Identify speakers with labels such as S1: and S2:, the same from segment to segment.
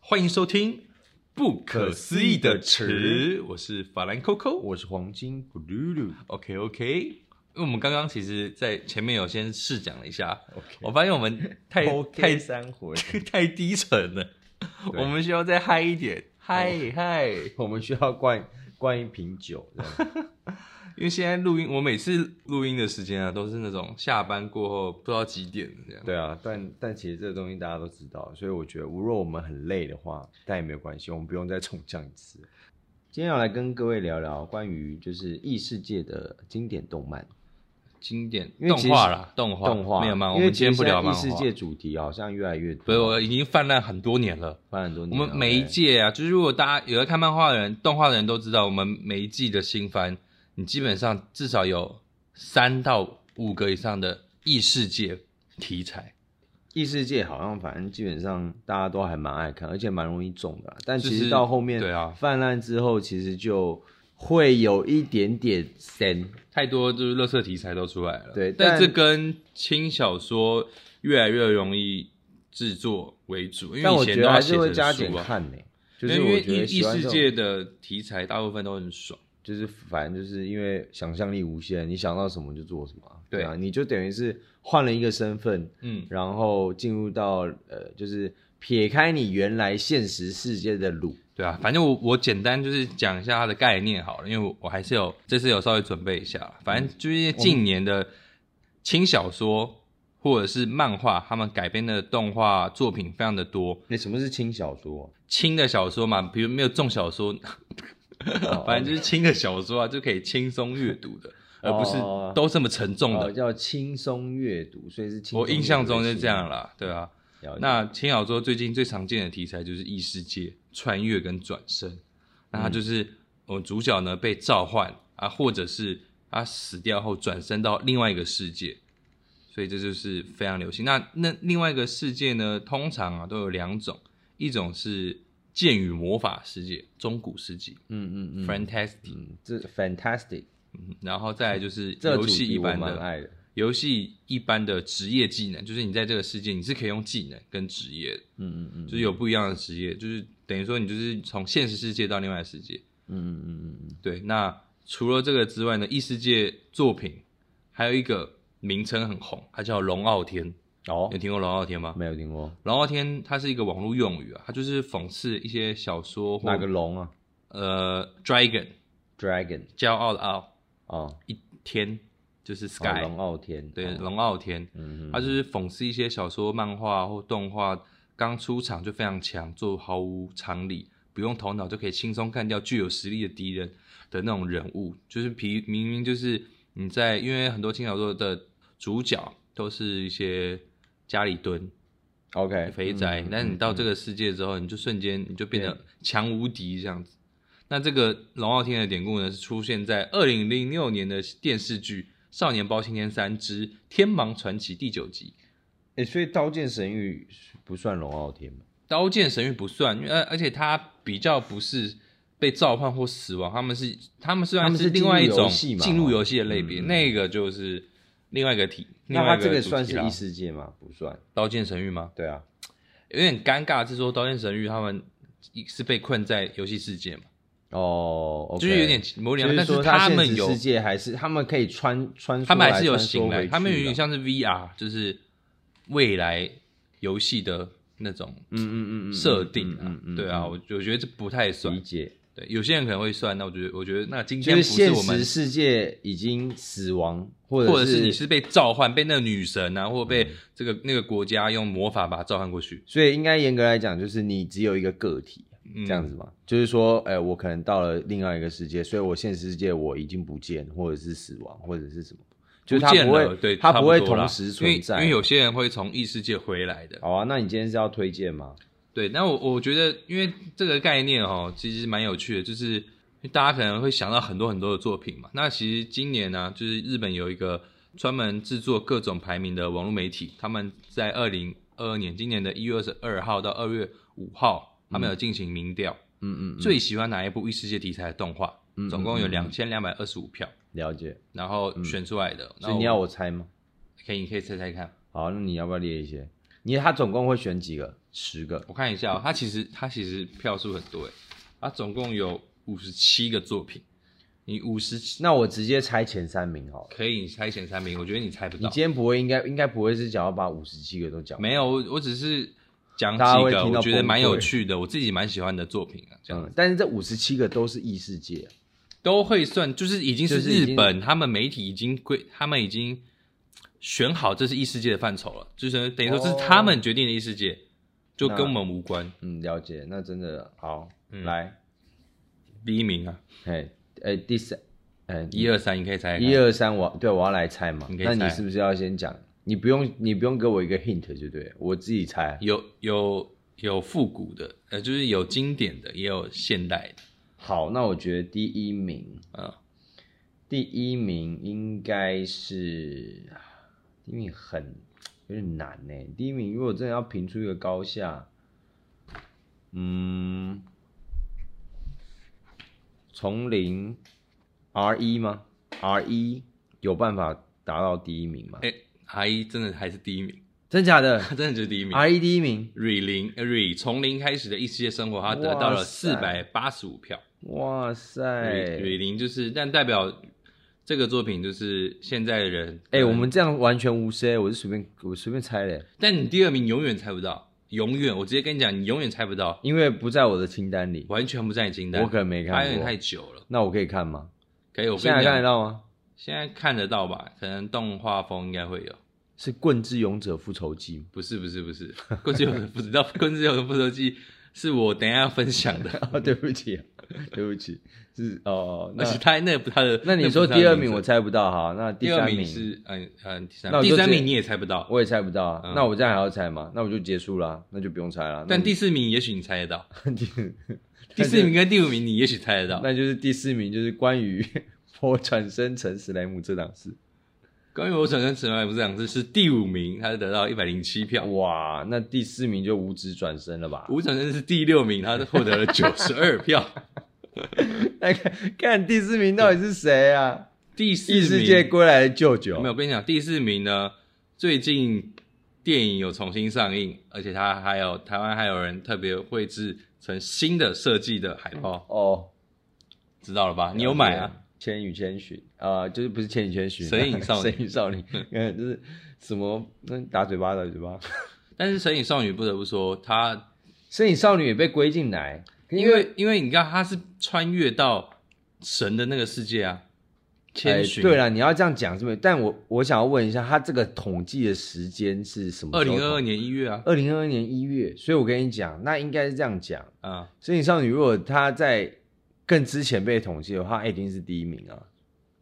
S1: 欢迎收听《不可思议的池》，我是法兰 Coco。
S2: 我是黄金咕噜噜。
S1: OK OK，因为我们刚刚其实，在前面有先试讲了一下
S2: OK
S1: 我发现我们哦太
S2: OK 三回，
S1: 太 太低沉了，
S2: 对
S1: 我们需要再嗨一点，哦嗨嗨！
S2: 我们需要灌灌一瓶酒，这样
S1: 因为现在录音，我每次录音的时间啊，都是那种下班过后不知道几点这样。
S2: 对啊，但但其实这个东西大家都知道，所以我觉得，如果我们很累的话，但也没有关系，我们不用再重讲一次。今天要来跟各位聊聊关于就是异世界的经典动漫
S1: 经典
S2: 因为
S1: 动
S2: 其实
S1: 画啦，动画
S2: 动画，
S1: 没有漫画，我
S2: 因为
S1: 们
S2: 其
S1: 今天不
S2: 实现在
S1: 聊漫
S2: 异世
S1: 画，
S2: 界主题好像越来越多，
S1: 不是我已经泛滥很多年了。
S2: 翻很多
S1: 我
S2: 年了，
S1: 们每一
S2: 对
S1: 届啊，就是如果大家有在看漫画的人、动画的人都知道，我们每一季的新番，你基本上至少有三到五个以上的异世界题材，
S2: 异世界好像反正基本上大家都还蛮爱看，而且蛮容易中的啊、但
S1: 就
S2: 其
S1: 是
S2: 实到后面
S1: 对啊
S2: 泛滥之后，其实就会有一点点深。
S1: 太多就是垃圾题材都出来了。
S2: 对
S1: 但
S2: 但
S1: 这跟轻小说越来越容易制作为主，因
S2: 但
S1: 为
S2: 我
S1: 以
S2: 觉
S1: 前
S2: 得
S1: 都
S2: 还
S1: 要
S2: 是
S1: 写
S2: 会加
S1: 成
S2: 减
S1: 书啊。
S2: 看呢、就是
S1: 因为
S2: 我觉得
S1: 异
S2: 喜
S1: 异
S2: 欢
S1: 世
S2: 这种
S1: 界的题材大部分都很爽，
S2: 就是反正就是因为想象力无限，你想到什么就做什么啊，
S1: 对
S2: 啊，你就等于是换了一个身份，
S1: 嗯，
S2: 然后进入到呃，就是撇开你原来现实世界的路，
S1: 对啊，反正我我简单就是讲一下它的概念好了，因为我我还是有这次有稍微准备一下，反
S2: 嗯
S1: 正就是近年的轻小说或者是漫画，他们改编的动画作品非常的多。
S2: 那什么是轻小说、啊
S1: 轻的小说嘛，比如没有重小说，
S2: 哦
S1: 反正就是轻的小说啊，就可以轻松阅读的，而不是
S2: 哦
S1: 都这么沉重
S2: 哦，
S1: 的。
S2: 叫轻松阅读，所以是轻松阅
S1: 我
S2: 读的
S1: 印象中是
S2: 轻
S1: 这样啦，对啊。
S2: 了解
S1: 那轻小说最近最常见的题材就是异世界、穿越跟转生。那
S2: 嗯
S1: 它就是我们主角呢被召唤啊，或者是他死掉后转生到另外一个世界，所以这就是非常流行。那那另外一个世界呢，通常啊都有两种，一种是剑与魔法世界，中古世纪
S2: 嗯嗯嗯
S1: f a n t a s t i c
S2: 嗯，这 fantastic，
S1: 然后再来就是
S2: 这
S1: 游
S2: 主
S1: 戏
S2: 题
S1: 一
S2: 我
S1: 般
S2: 蛮
S1: 的
S2: 爱的，
S1: 游戏一般的职业技能，就是你在这个世界你是可以用技能跟职业的。
S2: 嗯嗯嗯，
S1: 就是有不一样的职业，就是等于说你就是从现实世界到另外的世界。
S2: 嗯嗯嗯嗯
S1: 对，那除了这个之外呢，异世界作品还有一个名称很红，它叫龙傲天。
S2: 嗯，哦
S1: 有，听过龙傲天吗？
S2: 没有听过
S1: 龙傲天它是一个网络用语啊，它就是讽刺一些小说或
S2: 哪个龙啊
S1: 呃 dragon
S2: ，dragon
S1: 骄傲的傲
S2: 哦，
S1: 一天就是 sky、
S2: 哦龙傲天，
S1: 对啊
S2: 哦，
S1: 龙傲天，
S2: 嗯
S1: 他就是讽刺一些小说、漫画或动画刚出场就非常强，做毫无常理，不用头脑就可以轻松干掉具有实力的敌人的那种人物，就是皮明明就是你在，因为很多轻小说的主角都是一些家里蹲
S2: OK 嗯
S1: 肥宅，但是你到这个世界之后，你就瞬间你就变得强无敌这样子。那这个龙傲天的典故呢，是出现在二零零六年的电视剧《少年包青天三之天芒传奇》第九集。
S2: 诶，所以《刀剑神域》不算龙傲天
S1: 《
S2: 吧？
S1: 刀剑神域》不算，因为呃而而且它比较不是被召唤或死亡，他们是他们虽
S2: 他
S1: 然
S2: 们是
S1: 另外一
S2: 进入
S1: 种
S2: 游戏嘛
S1: 进入游戏的类别，
S2: 嗯嗯
S1: 那个就是另外一个题，另
S2: 那
S1: 外
S2: 它
S1: 一
S2: 这
S1: 个
S2: 个
S1: 主
S2: 算
S1: 题
S2: 是
S1: 啦
S2: 异世界吗？不算，
S1: 刀剑神域》吗？
S2: 对啊，
S1: 有点尴尬，是说《刀剑神域》他们是被困在游戏世界嘛
S2: 哦，OK，
S1: 就是有点模棱
S2: 就
S1: 两
S2: 是
S1: 可，但是
S2: 说
S1: 他
S2: 它
S1: 们
S2: 现实
S1: 有
S2: 世界还是他们可以穿穿梭来，
S1: 他们还是有
S2: 穿梭
S1: 醒来，
S2: 回
S1: 他们有
S2: 去啊
S1: 点
S2: 的
S1: 像是 VR，就是未来游戏的那种
S2: 嗯嗯嗯嗯嗯
S1: 设定啊
S2: 嗯嗯嗯，
S1: 对啊，我我觉得这不太算
S2: 理，解。
S1: 对，有些人可能会算，那我觉得，我觉得那今天不
S2: 就是
S1: 是
S2: 现
S1: 我们
S2: 实，世界已经死亡，或
S1: 或
S2: 者
S1: 者是你是被召唤，被那个女神啊，或者
S2: 嗯
S1: 被这个那个国家用魔法把它召唤过去，
S2: 所以应该严格来讲，就是你只有一个个体
S1: 嗯
S2: 这样子嘛，就是说，哎、我可能到了另外一个世界，所以我现实世界我已经不见，或者是死亡，或者是什么，就是
S1: 不
S2: 它
S1: 见
S2: 不
S1: 了，
S2: 会，
S1: 对，
S2: 它
S1: 差
S2: 不
S1: 多
S2: 会
S1: 啦
S2: 同时存
S1: 因
S2: 在。
S1: 为因为有些人会从异世界回来的，
S2: 好啊，那你今天是要推荐吗？
S1: 对，那我我觉得，因为这个概念哦，其实蛮有趣的，就是大家可能会想到很多很多的作品嘛。那其实今年呢、就是日本有一个专门制作各种排名的网络媒体，他们在二零二二年今年的一月二十二号到二月五号，他们有进行民调，
S2: 嗯嗯，
S1: 最喜欢哪一部异世界题材的动画，
S2: 嗯
S1: 总共有
S2: 嗯嗯
S1: 两千两百二十五票，
S2: 了解。
S1: 然后选出来的。
S2: 所以你要我猜吗？
S1: 可以，你可以猜猜看。
S2: 好，那你要不要列一些？你他总共会选几个？十个。
S1: 我看一下、哦，它其实它其实票数很多诶，欸它总共有五十七个作品，你五十七
S2: 那我直接猜前三名好了。
S1: 可以你猜前三名，我觉得你猜不
S2: 你
S1: 到。
S2: 今天不会应该应该不会是想要把五十七个都讲完
S1: 没有，我我只是讲
S2: 大家
S1: 几
S2: 会
S1: 个
S2: 听到
S1: 我觉得
S2: 崩
S1: 蛮有
S2: 溃
S1: 趣的，我自己蛮喜欢的作品啊，这样、
S2: 嗯，但是这五十七个都是异世界，
S1: 都会算，就是已经是
S2: 就是已
S1: 日
S2: 经
S1: 本他们媒体已经规，他们已经选好这是异世界的范畴了，就是等于说这是他
S2: 哦
S1: 们决定的异世界，就跟我们无关。
S2: 嗯，了解，那真的好，
S1: 嗯
S2: 来，
S1: 第一名啊，
S2: 哎哎，第三，哎，
S1: 一二三，你可以猜猜看
S2: 一二三，我对我要来猜嘛，
S1: 你可以
S2: 那你
S1: 猜
S2: 是不是要先讲？你不用你不用给我一个 hint 就对了，我自己猜。
S1: 有有有复古的，呃，就是有经典的，也有现代的，
S2: 好，那我觉得第一名，
S1: 嗯，
S2: 第一名应该是，第一名很有点难呢。第一名如果真的要评出一个高下，嗯，丛林 R 一吗？R 一有办法达到第一名吗？
S1: 哎、阿姨真的还是第一名，
S2: 真假的
S1: 她真的就是第一名。
S2: ？R 一第一名，
S1: 蕊零呃蕊从零开始的异世界生活，她得到了
S2: 哇
S1: 四
S2: 塞哎
S1: 百八十五票。
S2: 哇塞！
S1: 蕊蕊零就是，但代表这个作品就是现在的人。
S2: 哎、
S1: 嗯
S2: 我们这样完全无 C，我是随便我随便猜的，
S1: 但你第二名永远猜不到，永远，我直接跟你讲，你永远猜不到，
S2: 因为不在我的清单里，
S1: 完全不在你清单。
S2: 我可能没
S1: 它有
S2: 看
S1: 点
S2: 过
S1: 太。久了，
S2: 那我可以看吗？
S1: 可以，我跟
S2: 现在
S1: 你
S2: 看得
S1: 讲，
S2: 到吗？
S1: 现在看得到吧？可能动画风应该会有。
S2: 是《棍之勇者复仇记》吗？
S1: 不是不是不是，棍子有的不知道，棍子有的复仇记是我等一下要分享的，
S2: 啊，对不起、啊，对不起，是哦。 那
S1: 而且他嗯那不他的。
S2: 那你
S1: 不
S2: 说
S1: 是他的
S2: 第二
S1: 名
S2: 名
S1: 字
S2: 我猜不到哈，那第
S1: 第二
S2: 三
S1: 名是嗯嗯第
S2: 那
S1: 三，
S2: 我就
S1: 第三
S2: 直接
S1: 名你也猜不到，
S2: 我也猜不到啊。
S1: 嗯
S2: 那我这样还要猜吗？那我就结束啦、那就不用猜了。
S1: 但第四名也许你猜得 到，
S2: 那第
S1: 第四名跟第五名你也许猜得到。
S2: 那就是第四名，就是关于 我转身成史莱姆这档事。
S1: 关于我转身成为不是两次是第五名，他得到一百零七票；
S2: 哇，那第四名就五指转身了吧？
S1: 吴转身是第六名，他获得了九十二票。
S2: 来看看第四名到底是谁啊？
S1: 第
S2: 异
S1: 四
S2: 世界
S1: 名
S2: 归来的舅舅
S1: 没有，我跟你讲，第四名呢，最近电影有重新上映，而且他还有台湾还有人特别绘制成新的设计的海报，
S2: 哦，
S1: 知道了吧？你有买啊？？
S2: 《千与千寻》啊、就是不是《千与千寻》
S1: 神隐少女
S2: 神隐少女，嗯，就是什么那打嘴巴打嘴巴，《
S1: 但是《神隐少女》不得不说，她
S2: 神隐少女》也被归进来，
S1: 因为因为你看她是穿越到神的那个世界啊，千寻、
S2: 哎对了，你要这样讲是不是？但我我想要问一下，他这个统计的时间是什么
S1: 二
S2: 时候统？
S1: 零二二年一月啊，
S2: 二零二二年一月，所以我跟你讲，那应该是这样讲，《
S1: 啊，
S2: 神隐少女》如果她在更之前被统计的话，她一定是第一名啊，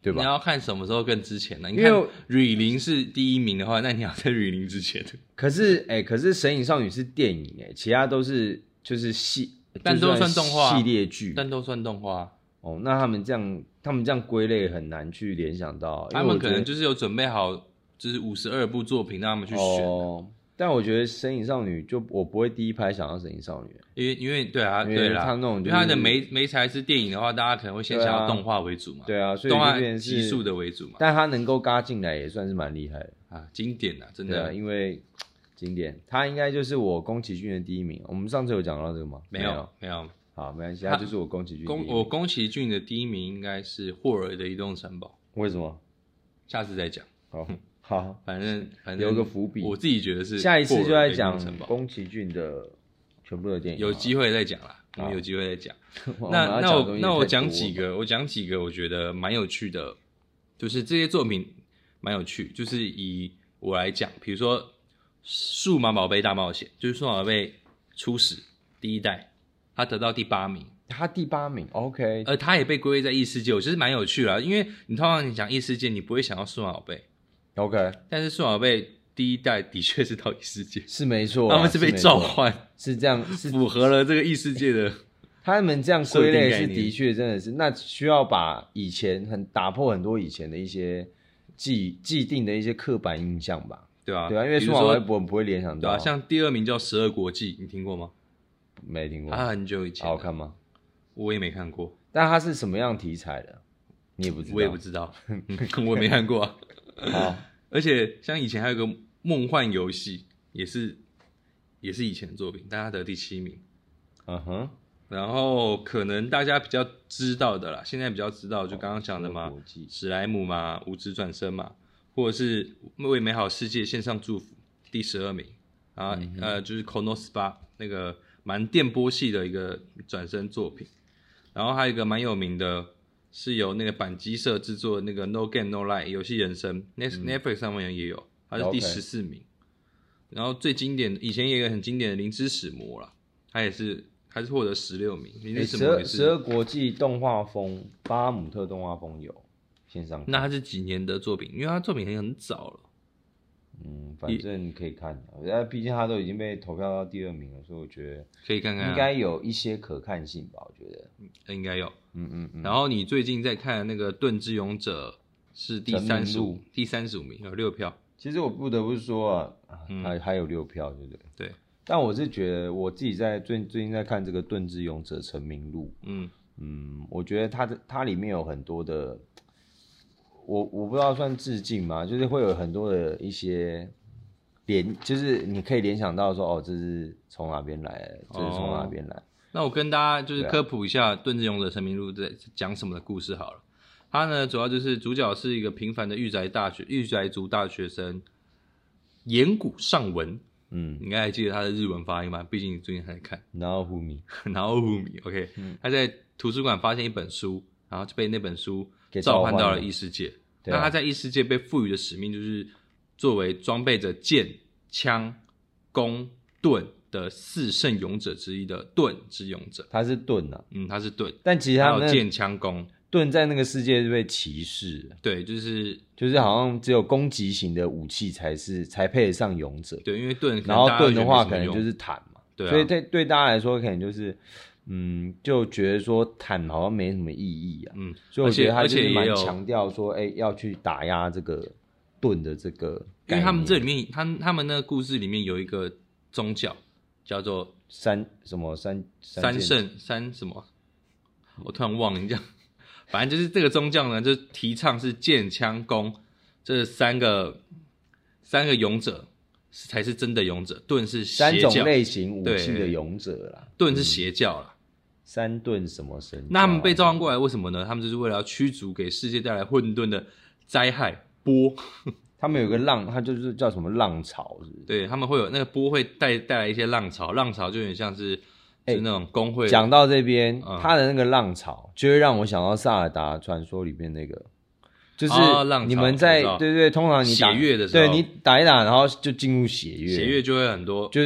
S2: 对
S1: 你
S2: 吧？
S1: 要看什么时候更之前呢？你
S2: 因为
S1: 看蕊玲是第一名的话，那你要在蕊玲之前，
S2: 可是哎、可是《神隐少女》是电影哎、其他都是就是系，
S1: 但
S2: 就
S1: 都算动画
S2: 系列剧。
S1: 但都算动画，啊
S2: 哦，那他们这样，他们这样归类很难去联想到，因为
S1: 他们
S2: 我
S1: 可
S2: 觉
S1: 能
S2: 得
S1: 就是有准备好，就是五十二部作品让他们去选，
S2: 哦。但我觉得《神隐少女》就我不会第一拍想到《神隐少女》，
S1: 因为因为对啊，
S2: 因为
S1: 对啦，
S2: 他那种
S1: 因为
S2: 就是
S1: 他的媒媒材是电影的话，大家可能会先
S2: 对
S1: 想
S2: 啊
S1: 要动画为主嘛，
S2: 对啊，所以
S1: 动
S2: 就
S1: 画
S2: 变成
S1: 集数
S2: 是，
S1: 的为主嘛，
S2: 但他能够嘎进来也算是蛮厉害的，
S1: 啊，经典啊，真
S2: 对啊，
S1: 的
S2: 因为经典，他应该就是我宫崎骏的第一名。我们上次有讲到这个吗？
S1: 没有没有。
S2: 好，没关嗯系，
S1: 他
S2: 他就是我宫崎骏第一
S1: 宫
S2: 名。
S1: 我宫崎骏的第一名应该是霍尔的移动城堡，
S2: 为什么？
S1: 下次再讲，
S2: 好，好，
S1: 反正反正
S2: 留个伏笔。
S1: 我自己觉得是
S2: 下一次就
S1: 霍尔的
S2: 在
S1: 移动
S2: 讲
S1: 城堡。
S2: 宫崎骏的全部的电影啊。
S1: 有 机会再讲啦，我们
S2: 好
S1: 有机会再讲。
S2: 哇，
S1: 那
S2: 要
S1: 那
S2: 哦讲的
S1: 我
S2: 东西
S1: 那
S2: 也
S1: 我
S2: 太
S1: 讲
S2: 多
S1: 几
S2: 了。
S1: 个，我讲几个，我觉得蛮有趣的，就是这些作品蛮有趣。就是以我来讲，比如说《数码宝贝大冒险》，就是《数码宝贝初始》第一代，它得到第八名，
S2: 他第八名，OK，
S1: 而它也被归类在异世界，我觉得蛮有趣啦。因为你通常你讲异世界，你不会想到数码宝贝，
S2: OK，
S1: 但是数码宝贝第一代的确是到异世 界，
S2: 是没错啊、
S1: 他们是被
S2: 没
S1: 召
S2: 错，
S1: 唤，
S2: 是 这样，是
S1: 符合了这个异世界的。
S2: 他们这样归
S1: 设定
S2: 类
S1: 概
S2: 是
S1: 念
S2: 的确真的是，那需要把以前很打破很多以前的一些既既定的一些刻板印象吧，
S1: 对啊，
S2: 对啊，因为
S1: 比
S2: 数
S1: 如
S2: 码
S1: 说
S2: 微博不会联想
S1: 对
S2: 到，
S1: 啊，像第二名叫《十二国际》，你听过吗？
S2: 没听过，
S1: 它很久啊以前
S2: 好
S1: 了，
S2: 看吗？
S1: 我也没看过，
S2: 但它是什么样题材的，你也不知道，
S1: 我也不知道， 我也没看过啊。
S2: 道。好，
S1: 而且像以前还有个梦幻游戏，也是也是以前的作品，但他得第七名。
S2: 嗯哼，
S1: 然后可能大家比较知道的啦，现在比较知道就刚刚讲的嘛，
S2: 国际
S1: 史莱姆嘛，五指转身嘛，或者是为美好世界献上祝福第十二名啊，
S2: 嗯
S1: 呃，就是 Kono Spa 那个蛮电波系的一个转身作品，然后还有一个蛮有名的，是由那个板机社制作的那个 No Game No Lie 游戏人生，Net Netflix 上面也有，它是第
S2: 嗯 OK
S1: 十四名。然后最经典，以前也有一个很经典的《灵之使魔》啦，它也是还是获得十六名，《灵之使
S2: 十
S1: 魔》
S2: 二
S1: 也
S2: 十
S1: 是。
S2: 二国际动画风，巴姆特动画风有线上看，
S1: 那它是几年的作品？因为它作品很很早了。
S2: 嗯，反正可以看，呃，毕竟他都已经被投票到第二名了，所以我觉得
S1: 可以看看啊、
S2: 应该有一些可看性吧，我觉得，
S1: 应该有。
S2: 嗯嗯嗯，
S1: 然后你最近在看那个《盾之勇者》是第三十
S2: 成名
S1: 五，第三十五名有六票。
S2: 其实我不得不说啊，啊
S1: 嗯
S2: 还还有六票，对不对？
S1: 对，
S2: 但我是觉得我自己在最最近在看这个《盾之勇者成名录》，
S1: 嗯
S2: 嗯，我觉得它的它里面有很多的，我我不知道算致敬吗？就是会有很多的一些联，就是你可以联想到说，哦，这是从哪边来的，这是从哪边来的
S1: 那我跟大家就是
S2: 对啊
S1: 科普一下《盾之勇者成名录》在讲什么的故事好了。他呢，主要就是主角是一个平凡的御宅大学御宅族大学生岩谷尚文，
S2: 嗯，
S1: 你应该还记得他的日文发音吧？毕竟你最近还在看。
S2: 然后胡米
S1: 然后五米，OK，、他
S2: 嗯
S1: 在图书馆发现一本书，然后就被那本书
S2: 给
S1: 召唤
S2: 召唤
S1: 到
S2: 了
S1: 了异世界。
S2: 对啊
S1: 那他在异世界被赋予的使命就是作为装备着剑、枪、弓、盾的四圣勇者之一的盾之勇者。
S2: 他是盾啊，
S1: 嗯，他是盾，
S2: 但其实
S1: 他
S2: 他
S1: 有
S2: 们那
S1: 剑、枪、弓，
S2: 盾在那个世界是被歧视的，
S1: 对，就是
S2: 就是好像只有攻击型的武器才是才配得上勇者，
S1: 对，因为盾可能
S2: 然后
S1: 大家
S2: 盾
S1: 觉
S2: 的
S1: 得
S2: 话
S1: 没什
S2: 可
S1: 么
S2: 能就
S1: 用
S2: 是坦嘛，
S1: 对啊
S2: 所以对对大家来说可能就是，嗯，就觉得说坦好像没什么意义啊，
S1: 嗯，
S2: 所以我
S1: 而且
S2: 觉得他
S1: 而
S2: 就是
S1: 且也
S2: 蛮
S1: 有
S2: 强调说，哎、要去打压这个盾的这个概
S1: 因
S2: 念，
S1: 为他们这里面，他他们那个故事里面有一个宗教叫做
S2: 三什么三
S1: 三
S2: 剑
S1: 圣三什么？我突然忘了，你讲，反正就是这个宗教呢，就提倡是剑、枪、弓这三个三个勇者是才是真的勇者，盾是
S2: 三
S1: 邪
S2: 种
S1: 教，
S2: 类嗯型武器的
S1: 对
S2: 勇者啦，
S1: 盾是邪教啦。
S2: 三盾什么神教啊？
S1: 那他们被召唤过来，为什么呢？他们就是为了要驱逐给世界带来混沌的灾害波，
S2: 他们有个浪，他就是叫什么浪潮，是不是？
S1: 对他们会有那个波会带带来一些浪潮，浪潮就有点像是就是那种工会，
S2: 哎讲到这边，
S1: 嗯
S2: 他的那个浪潮就会让我想到《萨尔达传说》里面那个，就是
S1: 哦浪潮
S2: 你们在、
S1: 我知道
S2: 对对，通常你打
S1: 血月的时候
S2: 对你打一打，然后就进入血月，
S1: 血月就会很多，
S2: 就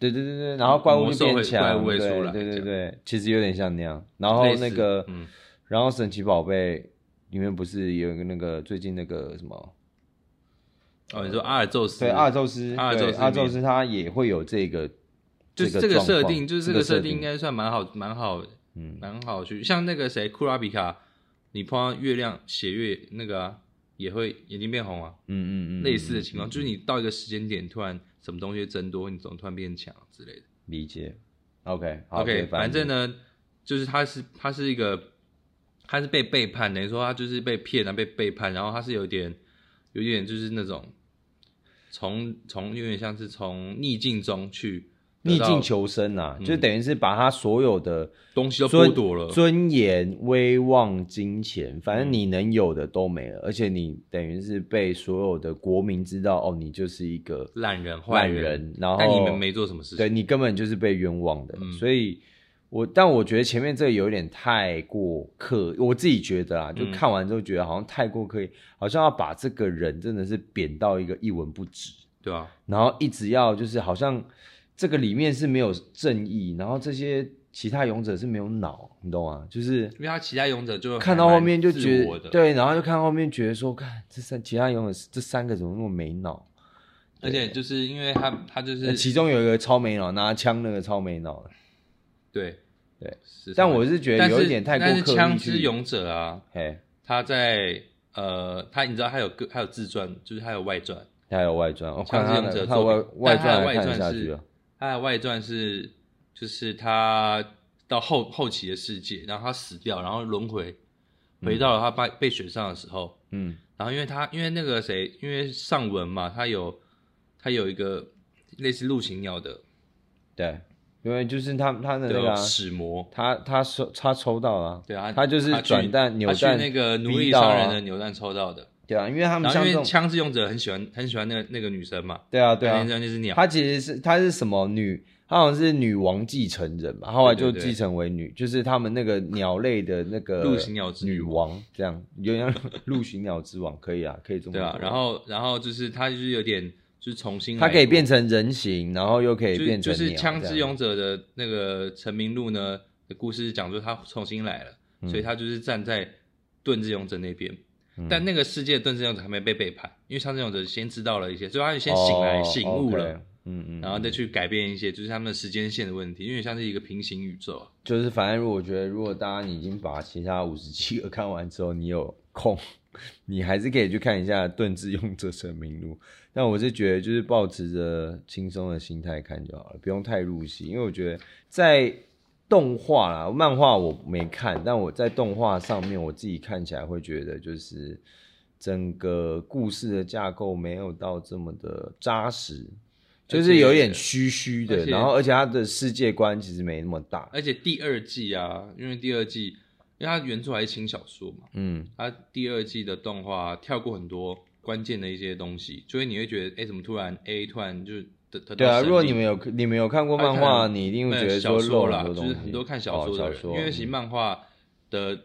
S2: 对对对对，然后怪物
S1: 魔
S2: 就
S1: 兽
S2: 变
S1: 会
S2: 强，
S1: 怪物会
S2: 对
S1: 出来
S2: 对对
S1: 这样
S2: 对，其实有点像那样。然后
S1: 类似
S2: 那个，
S1: 嗯
S2: 然后神奇宝贝里面不是有一个那个最近那个什么？
S1: 哦，你说阿尔宙斯，
S2: 对，阿尔宙斯，
S1: 阿尔宙斯
S2: 对
S1: 里面
S2: 阿尔宙斯他也会有这个，
S1: 就是
S2: 这
S1: 这个
S2: 状
S1: 设
S2: 况
S1: 定，就是这
S2: 这
S1: 个
S2: 个
S1: 设定
S2: 定
S1: 应该算蛮好，蛮好，
S2: 嗯
S1: 蛮好去。像那个谁，库拉比卡，你碰到月亮血月那个啊，也会眼睛变红啊，
S2: 嗯嗯嗯，
S1: 类似的情况，就是你到一个时间点，突然什么东西增多，你怎么突然变强之类的。
S2: 理解。OK，好
S1: OK，反正
S2: 呢，
S1: 呢，就是他是他是一个，他是被背叛，等于说他就是被骗啊了，被背叛，然后他是有点有点就是那种从从有点像是从逆境中去得
S2: 逆
S1: 到
S2: 境求生啊，就等于是把他所有的
S1: 东嗯西都
S2: 尊
S1: 剥夺了。嗯
S2: 尊严、威望、金钱，反正你能有的都没了，而且你等于是被所有的国民知道，哦，你就是一个
S1: 烂人、坏
S2: 烂人，然后
S1: 但你们没做什么事情。嗯
S2: 对你根本就是被冤枉的，所以我但我觉得前面这个有点太过刻，我自己觉
S1: 嗯
S2: 得啊，就看完之后觉得好像太过刻意，好像要把这个人真的是贬到一个一文不值，
S1: 对啊，
S2: 然后一直要就是好像这个里面是没有正义，然后这些其他勇者是没有脑，你懂吗？就是
S1: 因为他其他勇者就
S2: 看到后面就觉
S1: 还蛮自我
S2: 得
S1: 的，
S2: 对，然后就看后面觉得说，看这三其他勇者是这三个怎么那么没脑？
S1: 而且就是因为他他就
S2: 那
S1: 是
S2: 呃其中有一个超没脑，拿枪那个超没脑的，
S1: 对
S2: 对，
S1: 是
S2: 但我是觉得
S1: 但
S2: 有
S1: 是
S2: 一点太
S1: 但
S2: 过
S1: 是
S2: 刻
S1: 枪
S2: 意
S1: 支
S2: 去。
S1: 勇者啊，
S2: 嘿，
S1: 他在呃他你知道他有个还有自传，就是他有外传，
S2: 他有外传，我、
S1: 枪
S2: 看
S1: 支
S2: 他
S1: 勇者
S2: 的他
S1: 作
S2: 外
S1: 品
S2: 外
S1: 但他的
S2: 传还
S1: 外
S2: 看得
S1: 传
S2: 下
S1: 是
S2: 去啊。
S1: 他的外传是就是他到后后期的世界，然后他死掉，然后轮回回到了他被被选上的时候，
S2: 嗯，
S1: 然后因为他因为那个谁，因为上文嘛，他有他有一个类似陆行鸟的
S2: 对，因为就是他他的那个
S1: 的
S2: 啊、
S1: 使魔，
S2: 他他抽他抽到了啊、
S1: 对啊，
S2: 他就是
S1: 去
S2: 转蛋扭
S1: 他
S2: 蛋
S1: 去那个奴
S2: 逼
S1: 隶
S2: 到
S1: 商
S2: 啊
S1: 人的扭蛋抽到的，
S2: 对啊，因为他们
S1: 然
S2: 像
S1: 后因
S2: 这
S1: 为
S2: 种
S1: 枪支用者很喜欢很喜欢那个那个女生嘛，
S2: 对啊对啊
S1: 那，那只鸟，
S2: 他其实是他是什么女，他好像是女王继承人吧，后来就
S1: 对对
S2: 继承为女，就是他们那个鸟类的那个
S1: 陆行鸟之
S2: 女王这样，有点像陆行鸟之王，可以啊，可以这么
S1: 对啊
S2: 说，
S1: 然后然后就是他就是有点就是重新来
S2: 它可以
S1: 过
S2: 变成人形，然后又可以
S1: 就
S2: 变成
S1: 就是
S2: 鸟
S1: 枪
S2: 这
S1: 支
S2: 样
S1: 勇者的那个陈明路呢的故事，讲说他重新来了，
S2: 嗯
S1: 所以他就是站在盾之勇者那边。但那个世界的盾之勇者还没被背叛，因为枪之勇者先知道了一些，所以他就先醒来、
S2: 哦
S1: 醒悟了
S2: OK，嗯嗯，
S1: 然后再去改变一些，就是他们的时间线的问题，因为像是一个平行宇宙啊。
S2: 就是反正如果我觉得，如果大家你已经把其他五十七个看完之后，你有空，你还是可以去看一下《盾之勇者神明录》。但我是觉得，就是保持着轻松的心态看就好了，不用太入戏，因为我觉得在动画啦、漫画我没看，但我在动画上面我自己看起来会觉得就是。整个故事的架构没有到这么的扎实，就是有点虚虚
S1: 而
S2: 的，
S1: 且
S2: 然后而且它的世界观其实没那么大，
S1: 而且第二季啊，因为第二季，因为它原著还是轻小说嘛，
S2: 嗯，
S1: 它第二季的动画跳过很多关键的一些东西，所以你会觉得，哎、怎么突然 A 突然就得得到
S2: 对啊，
S1: 胜利
S2: 如果你们有你们有看过
S1: 啊
S2: 漫画，
S1: 看
S2: 你一定会
S1: 那
S2: 觉得
S1: 小
S2: 说漏
S1: 说
S2: 了
S1: 啦，
S2: 很多
S1: 就
S2: 东西。
S1: 是很多看小
S2: 哦
S1: 说的
S2: 小
S1: 人，
S2: 说，
S1: 因为其实
S2: 嗯
S1: 漫画的，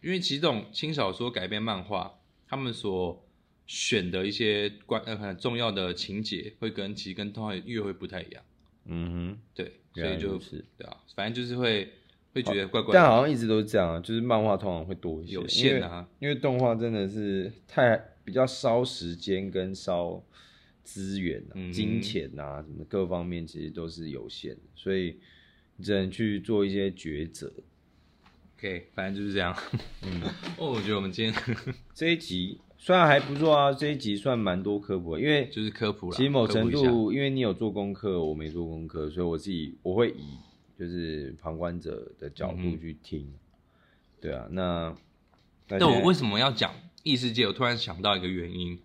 S1: 因为其实这种轻小说改编漫画，他们所选的一些关呃很重要的情节，会跟其实跟通常越会不太一样，
S2: 嗯
S1: 对，所
S2: 原来
S1: 以就
S2: 如此
S1: 对啊，反正就是会会觉得怪
S2: 哼，
S1: 怪
S2: 但
S1: 的，
S2: 好像一直都是这样啊，就是漫画通常会多一些，
S1: 有
S2: 因
S1: 限
S2: 为
S1: 啊，
S2: 因为动画真的是太比较烧时间跟烧资源啊、
S1: 嗯
S2: 金钱啊什么各方面，其实都是有限的，所以你只能去做一些抉择。
S1: OK，反正就是这样，嗯， 哦，我觉得我们今天
S2: 这一集虽然还不错啊，这一集算蛮多科普的，因为
S1: 就是科普了，
S2: 其实某
S1: 科普
S2: 程
S1: 一下
S2: 度，因为你有做功课，我没做功课，所以我自己我会以就是旁观者的角
S1: 嗯
S2: 度
S1: 哼
S2: 去听。对啊，那那
S1: 但
S2: 现
S1: 我
S2: 在
S1: 为什么要讲异世界？我突然想到一个原因，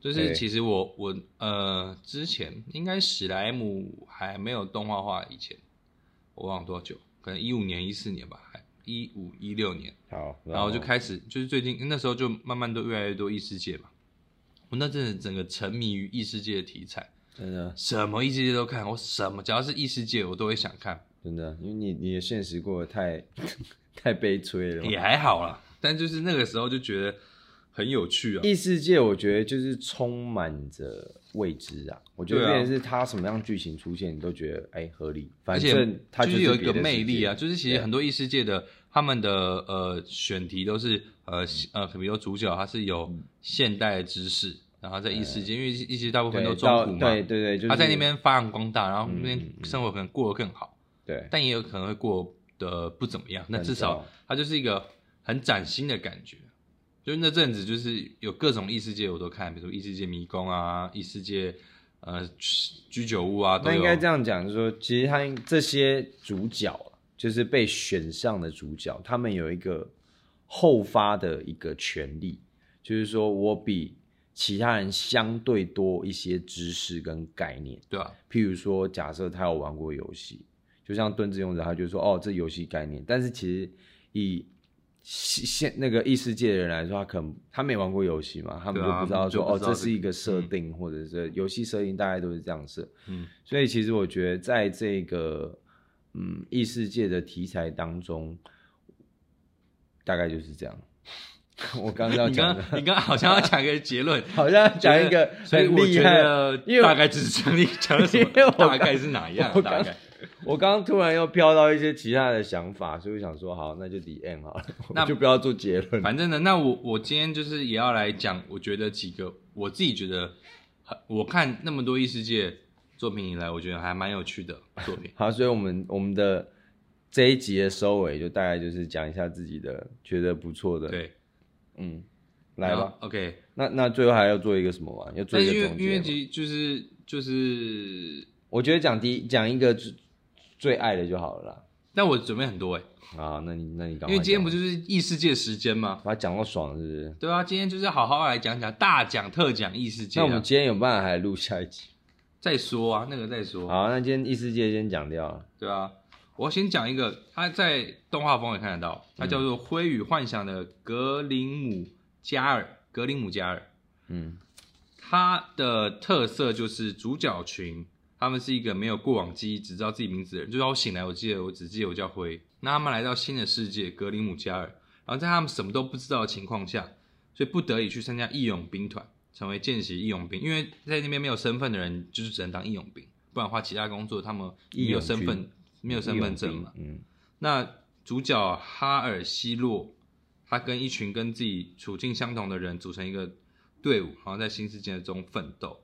S1: 就是
S2: 对
S1: 其实我我呃之前应该史莱姆还没有动画化以前，我忘了多久，可能一五年、一四年吧，还一五一六年，
S2: 好，
S1: 然后就开始就是最近那时候就慢慢都越来越多异世界嘛。我那阵子整个沉迷于异世界的题材，
S2: 真的
S1: 什么异世界都看，我什么只要是异世界我都会想看，
S2: 真的，因为你你的现实过得太 太悲催了嘛。
S1: 也还好啦。但就是那个时候就觉得很有趣啊，
S2: 异世界我觉得就是充满着未知啊，我觉得
S1: 对啊
S2: 变成是它什么样剧情出现，你都觉得哎合理，
S1: 而
S2: 反
S1: 且
S2: 正它
S1: 就是有一
S2: 别的
S1: 个
S2: 世
S1: 魅力啊，
S2: 界，
S1: 就是其实很多异世界的他们的呃选题都是呃呃，比如说主角他是有
S2: 嗯
S1: 现代的知识，然后在异世界，因为异世界大部分都
S2: 对
S1: 中
S2: 到
S1: 古嘛
S2: 对，对对，就是嗯
S1: 他在那边发扬光大，然后那边生活可能过得更好，
S2: 对
S1: 但也有可能会过得不怎么样，那
S2: 很
S1: 至
S2: 糟
S1: 少它就是一个很崭新的感觉。就是那阵子，就是有各种异世界我都看，比如说异世界迷宫啊，异世界呃居酒屋啊，都
S2: 那
S1: 有。
S2: 应该这样讲，就是说，其实他这些主角，就是被选上的主角，他们有一个后发的一个权利，就是说我比其他人相对多一些知识跟概念。
S1: 对啊，
S2: 譬如说，假设他有玩过游戏，就像盾之勇者，他就说哦，这游戏概念。但是其实以现现那个异世界的人来说，他可能他没玩过游戏嘛，他们就
S1: 对啊
S2: 不知道说、
S1: 就
S2: 哦，
S1: 不知道
S2: 这是一个
S1: 这个
S2: 设定，或者是游戏设定大概都是这样设。
S1: 嗯，
S2: 所以其实我觉得在这个嗯异世界的题材当中，大概就是这样。 我刚刚要
S1: 你
S2: 哦讲
S1: 刚
S2: 的，
S1: 你刚好像要讲一个结 论，
S2: 好像讲一个
S1: 所以
S2: 很
S1: 我
S2: 厉
S1: 觉
S2: 害，
S1: 得
S2: 因为
S1: 大概只是讲你 讲什
S2: 因为我
S1: 么，大概是哪样
S2: 我，刚
S1: 大概。
S2: 我刚刚突然又飘到一些其他的想法，所以我想说，好，那就 the end 好了，
S1: 那
S2: 我就不要做结论。。
S1: 反正呢，那我我今天就是也要来讲，我觉得几个我自己觉得很，我看那么多异世界作品以来，我觉得还蛮有趣的作品
S2: 好，所以我们我们的这一集的收尾就大概就是讲一下自己的觉得不错的，，
S1: 对，
S2: 嗯，来
S1: 然后
S2: 吧。
S1: ，OK。
S2: 那那最后还要做一个什么吗？要做
S1: 但
S2: 一
S1: 因
S2: 个
S1: 为因
S2: 总结
S1: 为
S2: 吗。
S1: 其实就是就是，
S2: 我觉得讲第一讲一个最最爱的就好了啦。
S1: 但我准备很多哎、
S2: 啊，那你那你赶快讲吧，
S1: 因为今天不就是异世界时间吗？
S2: 把它讲到爽是不是？
S1: 对啊，今天就是好好来讲讲大讲特讲异世界、啊。
S2: 那我们今天有办法还录下一集？
S1: 再说啊，那个再说，
S2: 好，那今天异世界先讲掉了。
S1: 对啊。我先讲一个，它在动画风也看得到，它叫做《灰与幻想》的格林姆加尔，格林姆加尔。
S2: 嗯
S1: 它的特色就是主角群，他们是一个没有过往记忆，只知道自己名字的人。就是我醒来，我记得我只记得我叫辉。那他们来到新的世界格林姆加尔，然后在他们什么都不知道的情况下，所以不得已去参加义勇兵团，成为见习义勇兵。因为在那边没有身份的人，就是只能当义勇兵，不然的话其他工作他们没有身
S2: 义勇
S1: 份，没有身份证嘛。
S2: 嗯
S1: 那主角哈尔西洛，他跟一群跟自己处境相同的人组成一个队伍，然后在新世界中奋斗。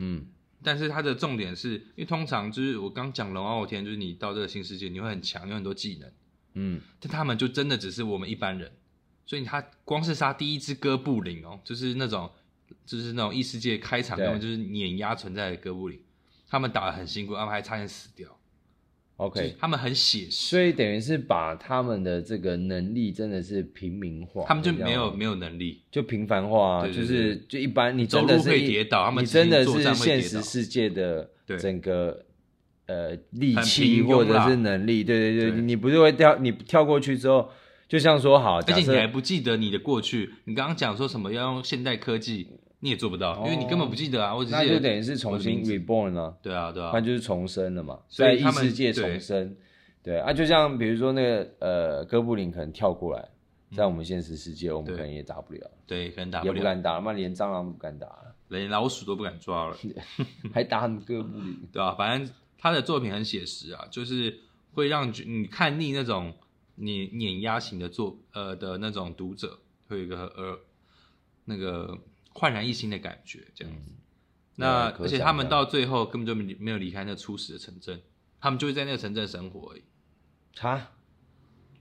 S2: 嗯
S1: 但是它的重点是因为通常就是我刚讲龙傲天，就是你到这个新世界你会很强，有很多技能，
S2: 嗯，
S1: 但他们就真的只是我们一般人，所以他光是杀第一只哥布林哦，就是那种就是那种异世界开场
S2: 对
S1: 根本就是碾压存在的哥布林，他们打得很辛苦，他们还差点死掉，就是
S2: ，OK。
S1: 他们很写实。
S2: 所以等于是把他们的这个能力真的是平民化，
S1: 他们就
S2: 这样
S1: 没有
S2: 哦吗
S1: 没有能力，
S2: 就平凡化啊，
S1: 对对
S2: 就是就一般你真
S1: 走
S2: 的
S1: 路
S2: 是
S1: 会
S2: 一
S1: 跌倒他们
S2: 你真的
S1: 自己作
S2: 是
S1: 战会跌
S2: 现
S1: 倒
S2: 实世界的
S1: 对
S2: 整个呃力
S1: 很
S2: 气
S1: 平
S2: 或
S1: 庸
S2: 者
S1: 啦
S2: 是能力，对对对，
S1: 对
S2: 你不是会跳你跳过去之后，就像说好，
S1: 而
S2: 假
S1: 且你还
S2: 设
S1: 不记得你的过去。你刚刚讲说什么要用现代科技，你也做不到，
S2: 哦
S1: 因为你根本不记得啊。我只
S2: 那
S1: 记
S2: 就
S1: 得
S2: 等于是重新
S1: 我的名
S2: reborn 了、
S1: 对啊，对啊
S2: 那，就是重生了嘛，
S1: 所
S2: 在
S1: 以
S2: 异
S1: 他们
S2: 世界重
S1: 对
S2: 生，对啊，就像比如说那个呃哥布林可能跳过来，在我们现实世界我
S1: 嗯
S2: 们
S1: 对
S2: 可能也打不了，
S1: 对，可能打
S2: 也
S1: 不
S2: 不
S1: 了，
S2: 敢打，那连蟑螂都不敢打了，
S1: 连老鼠都不敢抓了，
S2: 还打你哥布林，
S1: 对啊，反正他的作品很写实啊，就是会让你你看腻那种你碾压型的作呃的那种读者，会有一个呃那个焕然一新的感觉，这样子。那
S2: 嗯对可
S1: 而且
S2: 想
S1: 他们
S2: 象
S1: 到最后根本就没没有离开那初始的城镇，他们就会在那个城镇生活而已。啊
S2: 哈。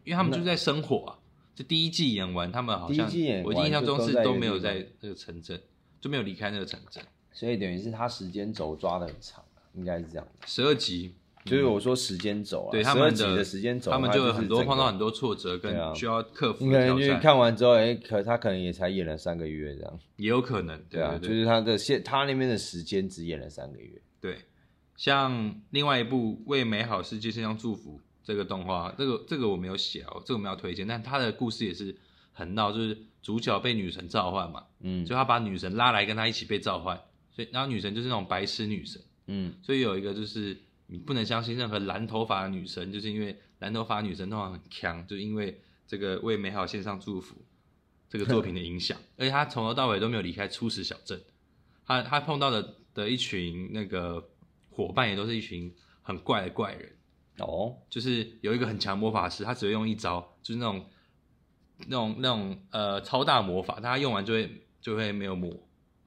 S1: 因为他们就是在生活啊。就第一季演完，他们好像
S2: 第一季演完
S1: 我印象中
S2: 就是都在
S1: 都没有
S2: 原地
S1: 在那个城镇，就没有离开那个城镇。
S2: 所以等于是他时间轴抓的很长，啊应该是这样。
S1: 十二集，
S2: 就是我说时间轴啊，
S1: 对他
S2: 12
S1: 们
S2: 集的时间轴，
S1: 他们
S2: 就
S1: 就有很多
S2: 是整
S1: 碰
S2: 个
S1: 到很。多挫折
S2: 对啊
S1: 跟需要克服
S2: 你
S1: 的
S2: 可能
S1: 挑
S2: 就是
S1: 战，
S2: 看完之后，哎、可他可能也才演了三个月这样，
S1: 也有可能，对
S2: 啊，
S1: 对
S2: 就
S1: 对
S2: 是他的现他那边的时间只演了三个月，
S1: 对。像另外一部《为美好世界献上祝福》这个动画，这个这个我没有写哦，这个我们要推荐，但它的故事也是很闹，就是主角被女神召唤嘛，
S2: 嗯
S1: 就他把女神拉来跟他一起被召唤，所以然后女神就是那种白痴女神。
S2: 嗯，
S1: 所以有一个就是你不能相信任何蓝头发的女生，就是因为蓝头发女生通常很强，就因为这个为美好献上祝福这个作品的影响，而且她从头到尾都没有离开初始小镇，她她碰到的的一群那个伙伴也都是一群很怪的怪人，
S2: 哦，
S1: 就是有一个很强魔法师，他只会用一招，就是那种那种那种呃超大魔法，但他用完就会就会没有魔，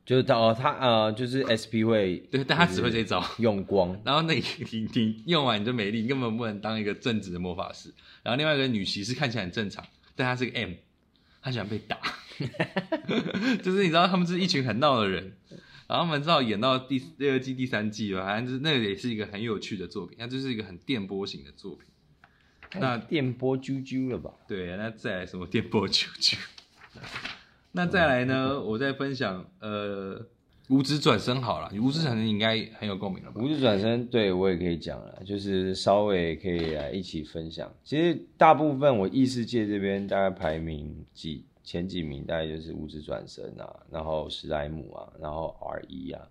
S2: 就是他哦，他呃，就是 SP 会
S1: 对，但他只会这一招。
S2: 用光，
S1: 然后那你你你用完你就没力，你根本不能当一个正直的魔法师。然后另外一个女骑士看起来很正常，但她是个 M，她喜欢被打， 就是你知道他们是一群很闹的人。然后他们知道演到第第二季、第三季吧，反正就是那个也是一个很有趣的作品，那就是一个很电波型的作品。那
S2: 太哎电波啾啾了吧？
S1: 对，那再来什么电波球球？ 那再来呢？我再分享呃，五指转身好了，五指转身应该很有共鸣了吧？
S2: 无字转身，对我也可以讲了，就是稍微可以呃来一起分享。其实大部分我异世界这边大概排名几前几名，大概就是无字转身啊，然后史莱姆啊，然后 R 一啊，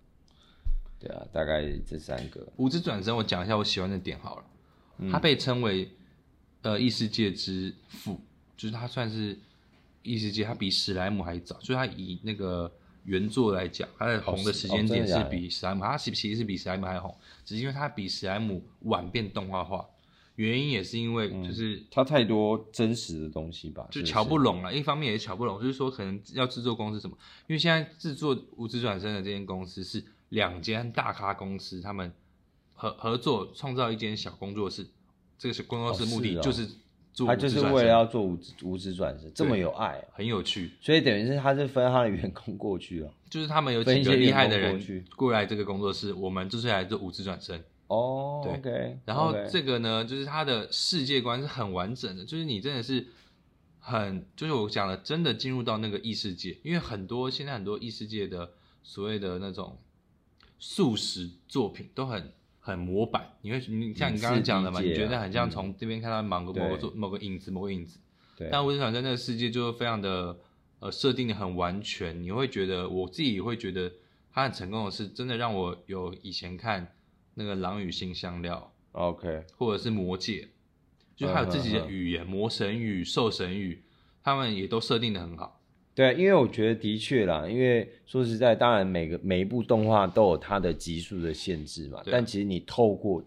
S2: 对啊，大概这三个。
S1: 五指转身，我讲一下我喜欢的点好了。他被称为呃异世界之父，就是他算是异世界，他比史莱姆还早，就是他以那个原作来讲，他的红的时间点
S2: 哦真的
S1: 是
S2: 假的
S1: 比史莱姆，他其其实是比史莱姆还红，只是因为他比史莱姆晚变动画化，原因也是因为就是、
S2: 它太多真实的东西吧，
S1: 就是瞧不
S2: 啊是
S1: 拢了，一方面也瞧不拢，就是说可能要制作公司什么，因为现在制作《无职转身》的这间公司是两间大咖公司，他们合合作创造一间小工作室，这个是工作室
S2: 哦
S1: 目的
S2: 是哦
S1: 就是做
S2: 它
S1: 无
S2: 就
S1: 职
S2: 是
S1: 转
S2: 为了
S1: 身，
S2: 要做无字无字转身，这么有爱、啊，
S1: 很有趣，
S2: 所以等于是他是分他的员工过去了、
S1: 就是他们有
S2: 分
S1: 几
S2: 一
S1: 个
S2: 些
S1: 厉害
S2: 员
S1: 的
S2: 工
S1: 人
S2: 过去
S1: 过来这个工作室，我们就是来做无职转身。
S2: 哦、
S1: 对
S2: o k
S1: 然后这个呢，就是他的世界观是很完整的，就是你真的是很，就是我讲的，真的进入到那个异世界，因为很多现在很多异世界的所谓的那种素食作品都很很模板，你会你像你
S2: 嗯
S1: 刚刚
S2: 是
S1: 讲的嘛，
S2: 理解
S1: 你觉得
S2: 啊
S1: 很像
S2: 嗯
S1: 从这边看到某个某个
S2: 对
S1: 作某个影子某个影子，
S2: 对，
S1: 但我就想在那个世界就是非常的呃设定的很完全，你会觉得我自己会觉得它很成功的是真的让我有以前看那个《狼与新香料
S2: OK，》
S1: 或者是《魔戒》，就它有自己
S2: 嗯嗯
S1: 的
S2: 嗯
S1: 语言，魔神语、兽神语，他们也都设定的很好。
S2: 对，啊因为我觉得的确啦，因为说实在，当然每个每一部动画都有它的集数的限制嘛，
S1: 对啊
S2: 但其实你透过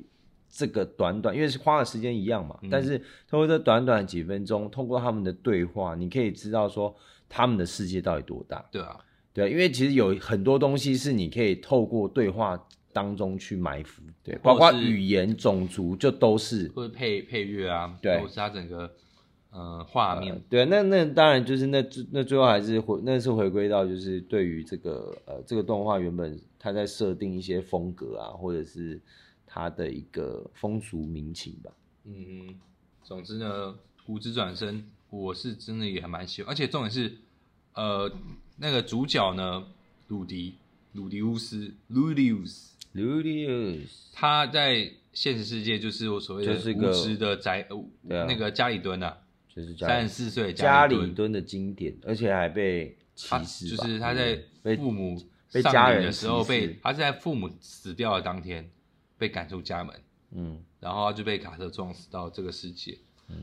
S2: 这个短短，因为是花的时间一样嘛，
S1: 嗯
S2: 但是透过这短短几分钟，透过他们的对话，你可以知道说他们的世界到底多大。
S1: 对啊，
S2: 对，因为其实有很多东西是你可以透过对话当中去埋伏，对，
S1: 或者
S2: 包括
S1: 是
S2: 语言、种族，就都是。
S1: 或者配配乐啊，
S2: 对
S1: 或者是它整个呃画面，
S2: 对，那那当然就是那那最后还是回那是回归到就是对于这个呃这个动画原本它在设定一些风格啊，或者是它的一个风俗民情吧。
S1: 嗯，总之呢，无职转身我是真的也还蛮喜欢，而且重点是，呃，那个主角呢，鲁迪鲁迪乌斯 Lulius，
S2: Lulius，
S1: 他在现实世界就是我所谓的
S2: 就是
S1: 无
S2: 个
S1: 职的宅，呃
S2: 对啊
S1: 那个家里蹲啊，
S2: 就是家
S1: 三十四岁的
S2: 家
S1: 里
S2: 里，蹲的经典，而且还被歧
S1: 他
S2: 视
S1: 啊就
S2: 吧，嗯
S1: 是他在
S2: 被
S1: 父母
S2: 被
S1: 丧
S2: 家
S1: 礼
S2: 人
S1: 的时候
S2: 歧视
S1: 被他是在父母死掉的当天被赶出家门，
S2: 嗯
S1: 然后他就被卡车撞死到这个世界，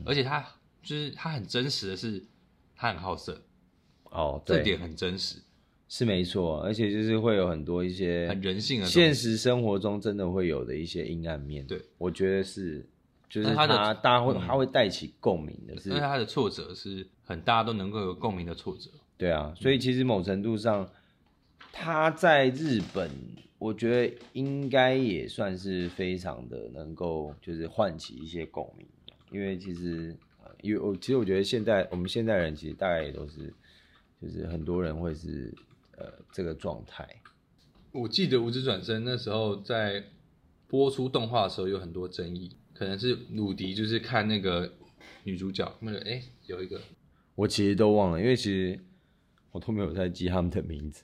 S1: 而且他就是他很真实的是，他很好色，
S2: 哦
S1: 这
S2: 对，
S1: 点很真实，
S2: 是没错，而且就是会有很多一些
S1: 很人性的东西
S2: 现实生活中真的会有的一些阴暗面。
S1: 对，
S2: 我觉得是，就是
S1: 但他
S2: 他
S1: 的
S2: 大家会、
S1: 嗯啊
S2: 他会带起共鸣的是
S1: 而且，他的挫折是很大家都能够有共鸣的挫折，
S2: 对啊，
S1: 嗯
S2: 所以其实某程度上，他在日本，我觉得应该也算是非常的能够就是唤起一些共鸣，因为其实，呃因为我其实我觉得现在我们现代人其实大概也都是，就是很多人会是呃这个状态。
S1: 我记得《无职转身》那时候在播出动画的时候有很多争议，可能是鲁迪就是看那个女主角那个哎有一个
S2: 我其实都忘了，因为其实我都没有在记他们的名字。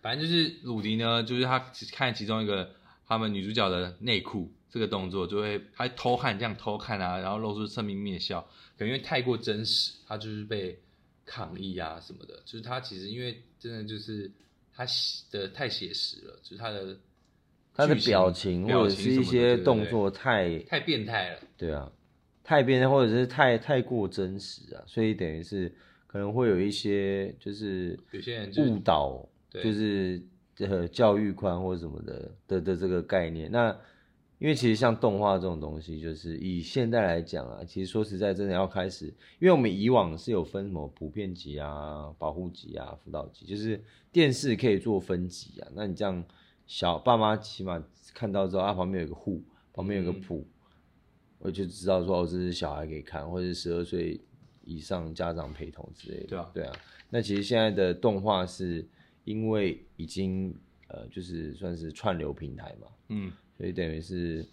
S1: 反正就是鲁迪呢，就是他看其中一个他们女主角的内裤这个动作，就会他偷看这样偷看啊，然后露出侧面面笑，可能因为太过真实，他就是被抗议啊什么的。就是他其实因为真的就是他写的太写实了，就是他的
S2: 他的
S1: 剧情
S2: 表情
S1: 表
S2: 或者
S1: 情
S2: 是一
S1: 什么的
S2: 些动作太
S1: 对对对太变态了。
S2: 对啊，太变态或者是太太过真实啊，所以等于是可能会有一些就是
S1: 有些人就是
S2: 误导，
S1: 对
S2: 就是呃教育观或什么的的的这个概念。那因为其实像动画这种东西，就是以现代来讲啊，其实说实在，真的要开始，因为我们以往是有分什么普遍级啊、保护级啊、辅导级，就是电视可以做分级啊。那你这样小爸妈起码看到之后啊，旁边有个户，旁边有个
S1: 嗯
S2: 谱，我就知道说哦，这是小孩可以看，或者十二岁以上家长陪同之类的。
S1: 对啊
S2: 对啊。那其实现在的动画是因为已经呃，就是算是串流平台嘛，
S1: 嗯，
S2: 所以等于是，
S1: 很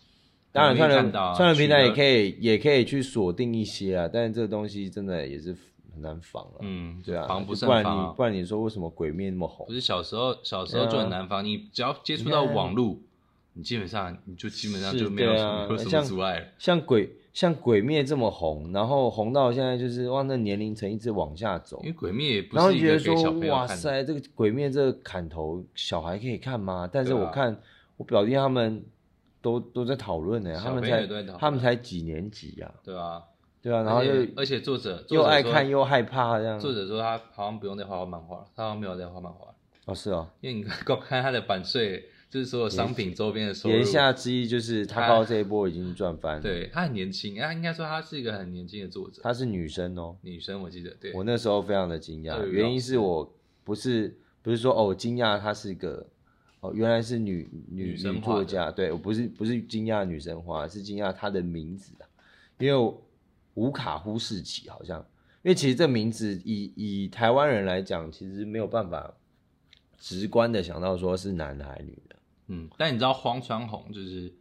S2: 当
S1: 容易
S2: 然串
S1: 看
S2: 流
S1: 到啊
S2: 串流平台
S1: 取
S2: 也
S1: 得
S2: 可以也可以去锁定一些啊，但是这个东西真的也是很难防了、
S1: 嗯，
S2: 对啊，
S1: 防不
S2: 就
S1: 胜
S2: 不然
S1: 防
S2: 你
S1: 啊
S2: 不然你说为什么鬼灭那么红
S1: 不？是小时候，小时候就很难防。你只要接触到
S2: 嗯你看
S1: 网络，你基本上你就基本上
S2: 是
S1: 就没有
S2: 对
S1: 什
S2: 啊
S1: 么、有什么
S2: 像
S1: 阻碍了。
S2: 像鬼像鬼灭这么红，然后红到现在就是哇，那年龄层一直往下走
S1: 因，为鬼灭也不
S2: 然后
S1: 是
S2: 你
S1: 一
S2: 觉
S1: 个
S2: 得
S1: 给小
S2: 说
S1: 朋友
S2: 哇
S1: 看的，
S2: 塞，这个鬼灭这个砍头小孩可以看吗？但是
S1: 对啊
S2: 我看、我表弟他们都都在讨论呢，
S1: 小
S2: 他
S1: 朋友
S2: 们
S1: 也
S2: 才
S1: 都在讨论
S2: 他们才几年级啊？
S1: 对啊，
S2: 对啊，然后
S1: 而且
S2: 又
S1: 而且作者
S2: 又爱看
S1: 又
S2: 又害怕这样。
S1: 作者说他好像不用再画画漫画了，他好像没有在画漫画了，
S2: 哦，是哦，
S1: 因为你 光看他的版税，就是所有商品周边的收入
S2: 言，下之意就是他靠这一波已经赚翻了。，
S1: 哎对他很年轻，他应该说他是一个很年轻的作者，
S2: 她是女生哦，
S1: 女生我记得对，
S2: 我那时候非常的惊
S1: 哎
S2: 讶，
S1: 呦
S2: 原因是我不是不是说哦我惊讶她是个。哦，原来是女女
S1: 女生
S2: 女
S1: 画的
S2: 作家，对我不是不是惊讶女神画，是惊讶她的名字啊，因为我无卡忽视起好像，因为其实这名字以以台湾人来讲，其实没有办法直观的想到说是男的还是女的，
S1: 嗯，但你知道荒川弘就是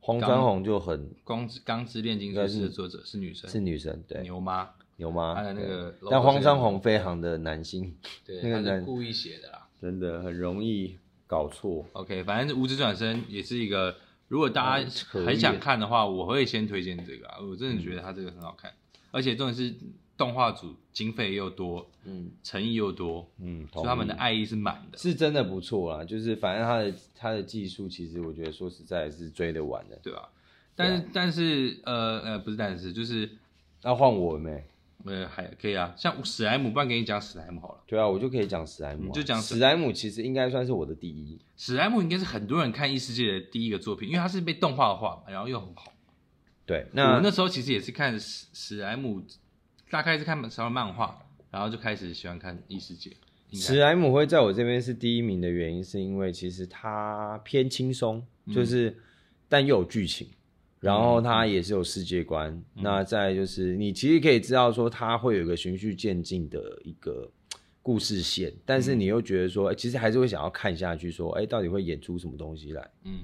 S2: 黄川红就很
S1: 《钢之钢之炼金术师》的作者是女
S2: 是
S1: 生，
S2: 女生，对，
S1: 牛妈，
S2: 牛妈。
S1: 她的那
S2: 啊对
S1: 个 logo
S2: 但荒
S1: 是
S2: 山红非常的男性，
S1: 对，
S2: 那个
S1: 她是
S2: 男
S1: 故意写的啦，
S2: 真的很容易搞错。
S1: OK，反正《无职转身》也是一个，如果大家
S2: 哦扯
S1: 很
S2: 远
S1: 想看的话，我会先推荐这个、啊。我真的觉得它这个很好看，而且重点是动画组经费又多，
S2: 嗯
S1: 诚意又多，
S2: 嗯，
S1: 所以他们的
S2: 同意
S1: 爱意是满的。
S2: 是真的不错啦，就是反正他的他的技术，其实我觉得说实在是追得完的。
S1: 对吧？但是、但是呃呃不是但是就是
S2: 那换我没？
S1: 呃还可以啊，像史莱姆，不然给你讲史莱姆好了。
S2: 对啊，我就可以讲史莱姆啊、
S1: 你就讲史
S2: 史莱姆，其实应该算是我的第一。
S1: 史莱姆应该是很多人看异世界的第一个作品，因为它是被动画化嘛，然后又很红。
S2: 对，
S1: 我
S2: 那
S1: 那时候其实也是看史史莱姆，大概是看什么漫画，然后就开始喜欢看异世界。应该
S2: 史莱姆会在我这边是第一名的原因，是因为其实它偏轻松，
S1: 嗯
S2: 就是、但又有剧情，然后它也是有世界观。
S1: 嗯
S2: 那再来就是你其实可以知道说它会有一个循序渐进的一个故事线，但
S1: 嗯
S2: 是你又觉得说，哎诶其实还是会想要看下去说，哎，到底会演出什么东西来？
S1: 嗯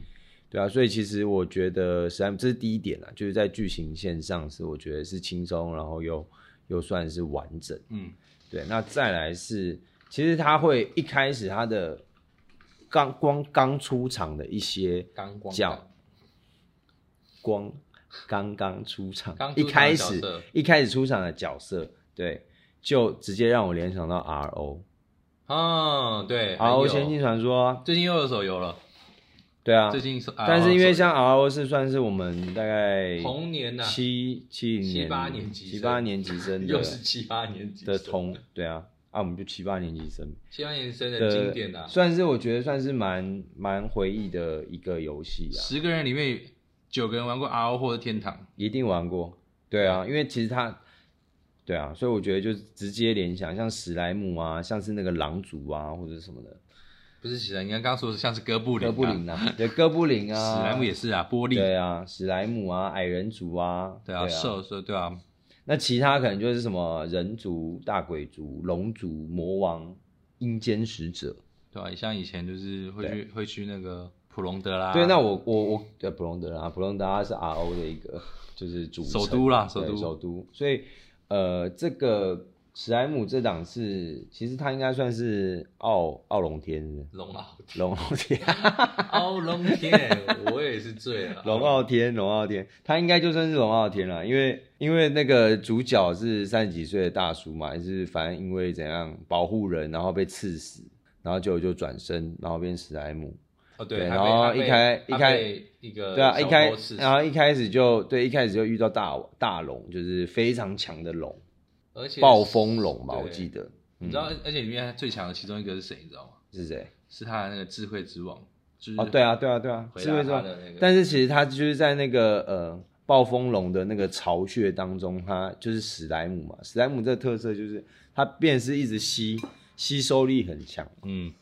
S2: 对啊，所以其实我觉得史莱姆这是第一点啊，就是在剧情线上是我觉得是轻松，然后又又算是完整。
S1: 嗯
S2: 对，那再来是，其实他会一开始他的刚光刚出场的一些
S1: 刚光
S2: 角光刚刚出场，
S1: 刚出
S2: 一
S1: 场的
S2: 开
S1: 角
S2: 始
S1: 色
S2: 一开始出场的角色，对，就直接让我联想到 R O
S1: 哦，对
S2: R
S1: 还有
S2: O 仙境传说啊，
S1: 最近又有手游了，
S2: 对啊
S1: 最，近手
S2: 但是因为
S1: 像
S2: 像 R O 是算是我们大概
S1: 童年呐、
S2: 七七零
S1: 七
S2: 年
S1: 八年级生
S2: 七八年级生
S1: 又
S2: 的
S1: 是七八年级
S2: 的
S1: 生
S2: 同，对啊，啊我们就七八年级生。
S1: 七八年生的啊经典呐、
S2: 算是我啊觉得算是蛮蛮回忆的一个游戏啊，
S1: 十个人里面九个人玩过 RO 或者天堂，
S2: 一定玩过。对啊，因为其实它，对啊，所以我觉得就是直接联想，像史莱姆啊，像是那个狼族啊，或者什么的，
S1: 不是史莱姆，你看刚刚说的像是哥布林、
S2: 哥
S1: 啊，
S2: 布林啊，对，哥布林啊，
S1: 史莱姆也是啊，玻璃，
S2: 对啊，史莱姆啊，矮人族啊，
S1: 对啊，兽兽对啊，
S2: 那其他可能就是什么人族、大鬼族、龙族、魔王、阴间使者。
S1: 对啊，像以前就是会去会去那个普隆德啦，
S2: 对，那我我我呃，普隆德拉，普隆德拉是 R O 的一个就是主
S1: 首都啦首
S2: 首
S1: 都
S2: 首都，所以呃，这个史莱姆这档是，其实它应该算是傲傲龙天是不是
S1: 龙傲天，
S2: 龙傲天，
S1: 傲哦龙天，我也是醉 了，
S2: 龙傲天，龙傲天，他应该就算是龙傲天了，因为因为那个主角是三十几岁的大叔嘛，也是反正因为怎样保护人，然后被刺死，然后就就转身，然后变史莱姆，
S1: 哦对，
S2: 对
S1: 他被
S2: 然后一开
S1: 他被
S2: 一开
S1: 他被一个
S2: 对啊，
S1: 呃
S2: 一
S1: 小
S2: 开
S1: 偷刺死
S2: 然后一开始就对，一开始就遇到大大龙，就是非常强的龙，
S1: 而且
S2: 暴风龙吧，
S1: 对
S2: 我记得嗯
S1: 你知道，而且里面最强的其中一个是谁，你知道吗？
S2: 是谁？
S1: 是他的那个智慧之王，就是
S2: 哦，对啊，对啊，对啊，
S1: 回
S2: 智
S1: 答
S2: 慧
S1: 他
S2: 兽。
S1: 的那个，
S2: 但是其实他就是在那个呃暴风龙的那个巢穴当中，他就是史莱姆嘛。史莱姆这个特色就是它便是一直吸吸收力很强，
S1: 嗯，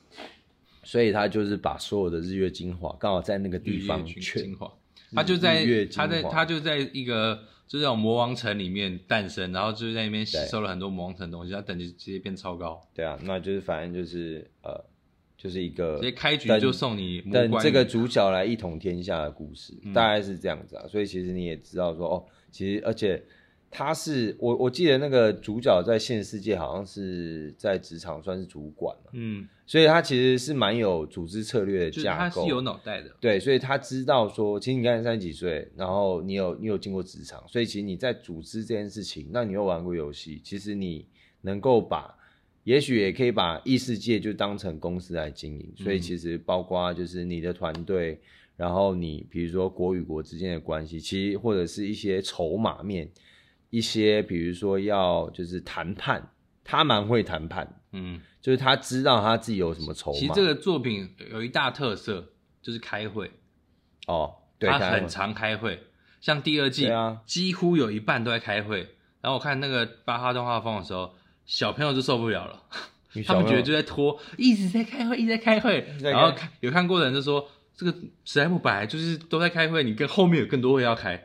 S2: 所以他就是把所有的日月精华刚好在那个
S1: 绿
S2: 地
S1: 叶
S2: 方
S1: 精
S2: 全
S1: 精华，他就在
S2: 日月精
S1: 他
S2: 华
S1: 在他就在一个就在魔王城里面诞生，然后就是在那边吸
S2: 对
S1: 收了很多魔王城的东西，他等级直接变超高，
S2: 对啊，那就是反正就是呃就是一个
S1: 直接开局
S2: 等
S1: 就送你魔
S2: 等
S1: 关羽嗯
S2: 这个主角来一统天下的故事，大概是这样子啊。所以其实你也知道说，哦，其实而且他是我我记得那个主角在现实世界好像是在职场算是主管嘛，
S1: 嗯，
S2: 所以他其实是蛮有组织策略的
S1: 就是他
S2: 架
S1: 是
S2: 构。
S1: 有脑袋的，
S2: 对，所以他知道说，其实你刚才三十几岁，然后你有你有进过职场，所以其实你在组织这件事情，那你又玩过游戏，其实你能够把，也许也可以把异世界就当成公司来经营，所以
S1: 嗯
S2: 其实包括就是你的团队，然后你比如说国与国之间的关系，其实或者是一些筹码面，一些比如说要就是谈判，他蛮会谈判，
S1: 嗯，
S2: 就是他知道他自己有什么筹码，
S1: 其实这个作品有一大特色就是开会，
S2: 哦，对，
S1: 他
S2: 当然
S1: 很
S2: 会
S1: 常开会，像第二季
S2: 对啊
S1: 几乎有一半都在开会，然后我看那个巴哈动画风的时候，小朋友就受不了了。
S2: 你
S1: 他
S2: 小
S1: 们
S2: 朋
S1: 觉得
S2: 友
S1: 就在拖，一直在开会，一直在开会。
S2: 在开
S1: 然后看有看过的人就说，这个史莱姆本来就是都在开会，你跟后面有更多会要开，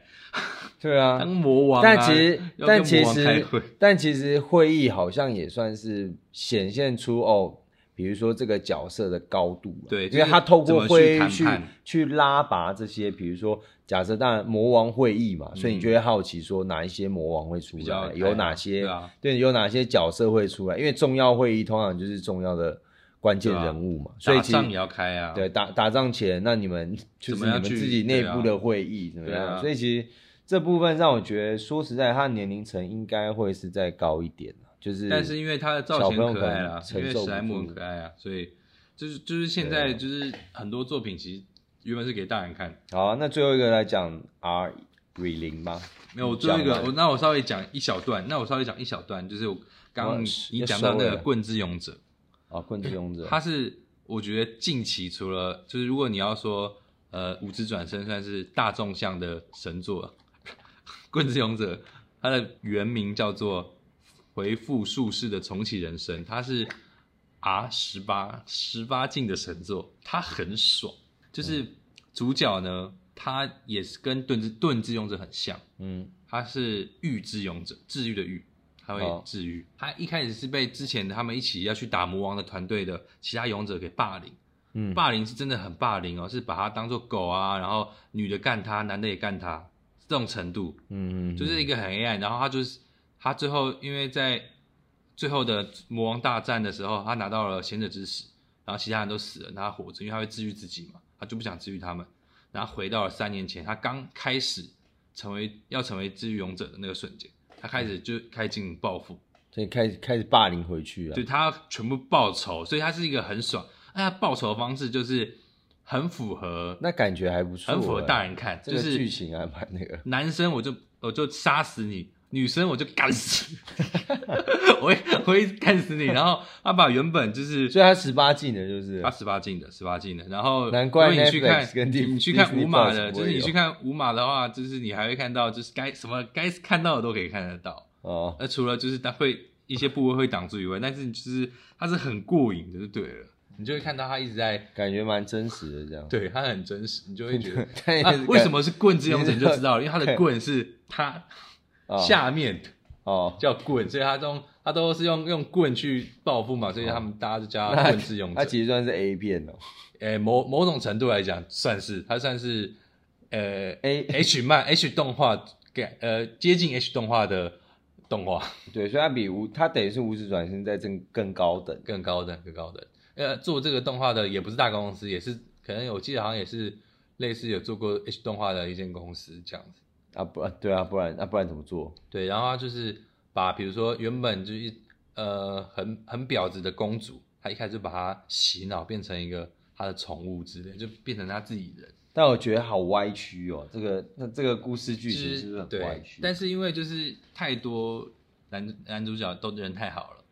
S2: 对啊，
S1: 当魔王啊、
S2: 但其实，
S1: 要跟
S2: 但其
S1: 魔王开
S2: 实
S1: 会，
S2: 但其实会议好像也算是显现出哦，比如说这个角色的高度啊、
S1: 对就
S2: 因为
S1: 是
S2: 他透
S1: 怎
S2: 过
S1: 么去
S2: 会
S1: 谈
S2: 议去
S1: 判
S2: 去拉拔这些，比如说假设当然魔王会议嘛，所以你就会好奇说哪一些魔王会出
S1: 嗯比较
S2: 来，有
S1: 开
S2: 哪
S1: 朗
S2: 些
S1: 对啊
S2: 对有哪些角色会出来，因为重要会议通常就是重要的关键
S1: 对啊
S2: 人物嘛，所以
S1: 打
S2: 其实
S1: 仗也要开啊，
S2: 对，打打仗前，那 你们就是
S1: 怎么
S2: 你
S1: 样
S2: 们
S1: 去
S2: 自己内部的会议怎么
S1: 对啊
S2: 样？
S1: 对啊
S2: 所以其实这部分让我觉得，说实在，他年龄层应该会是再高一点啦就是
S1: 但是因为他的造型可爱啦，
S2: 小
S1: 因为
S2: 朋友可能承受
S1: 史
S2: 不
S1: 莱姆很
S2: 住啊
S1: 可爱啊，所以就是就是现在就是很多作品其实原本是给大人看。
S2: 好啊、那最后一个来讲 R 瑞零吧。
S1: 没有，我最后一
S2: 讲
S1: 个，
S2: 完
S1: 我那我稍微讲一小段，那我稍微讲一小段，就是我刚
S2: 哇
S1: 刚
S2: 是
S1: 你
S2: 要
S1: 讲到
S2: 收
S1: 那
S2: 了
S1: 个棍之勇者，
S2: 啊，棍之勇者，
S1: 他是我觉得近期除了就是如果你要说呃五指转身算是大众向的神作， 棍之勇者它的原名叫做回复术士的重启人生，它是 R 十八十八禁的神作，它很爽，就是主角呢他也是跟盾之盾之勇者很像。
S2: 嗯，
S1: 他是愈之勇者，治愈的愈，他会
S2: 哦
S1: 治愈。他一开始是被之前的他们一起要去打魔王的团队的其他勇者给霸凌，
S2: 嗯
S1: 霸凌是真的很霸凌哦，是把他当做狗啊，然后女的干他，男的也干他，这种程度
S2: 嗯，
S1: 就是一个很黑暗。然后他就是他最后因为在最后的魔王大战的时候，他拿到了贤者之石，然后其他人都死了，他活着，因为他会治愈自己嘛，他就不想治愈他们。然后回到了三年前，他刚开始成为要成为治愈勇者的那个瞬间，他开始就开始进行报复，
S2: 所以开始开始霸凌回去了
S1: 对。他要全部报仇，所以他是一个很爽。那他报仇的方式就是很符合，
S2: 那感觉还不错、欸，
S1: 很符合大人看，
S2: 这
S1: 就
S2: 个
S1: 是
S2: 剧情还蛮那个。
S1: 男生我就我就杀死你，女生我就干死， 我会我会干死你。然后他把原本就是
S2: 所以他十八禁的，就是
S1: 他十八禁的，十八禁的。然后
S2: 难怪
S1: 如果你去看
S2: Netflix 跟 Dis-
S1: 你去看
S2: Disney
S1: 五马
S2: Plus
S1: 的，
S2: 不
S1: 就
S2: 会
S1: 是你去
S2: 有
S1: 看五马的话，就是你还会看到，就是该什么该看到的都可以看得到。
S2: 哦，
S1: 那除了就是它会一些部位会挡住以外，但是就是它是很过瘾的，就对了。你就会看到他一直在，
S2: 感觉蛮真实的这样。
S1: 对他很真实，你就会 觉得
S2: 但也
S1: 啊
S2: 是感，
S1: 为什么是棍之勇者你就知道了，因为他的
S2: 对
S1: 棍是他
S2: 哦
S1: 下面
S2: 哦？
S1: 叫棍，所以他都他都是用用棍去报复嘛，所以他们大家就叫他
S2: 哦那
S1: 棍之勇
S2: 他
S1: 者。
S2: 其实算是 A 片哦
S1: 诶、某某种程度来讲，算是它算是呃
S2: A-
S1: H 漫 H 动画改呃接近 H 动画的动画
S2: 对，所以他比无他等于是无耻转身在更更高等。
S1: 更高的更高的。呃，做这个动画的也不是大公司，也是可能我记得好像也是类似有做过 H 动画的一间公司这样子。
S2: 啊不，对啊，不然啊不然怎么做？
S1: 对，然后他就是把比如说原本就是一呃很很婊子的公主，他一开始就把她洗脑变成一个她的宠物之类，就变成她自己人。
S2: 但我觉得好歪曲哦，这个那这个故事剧情是不是很歪
S1: 对
S2: 曲？，
S1: 但是因为就是太多男男主角都人太好了，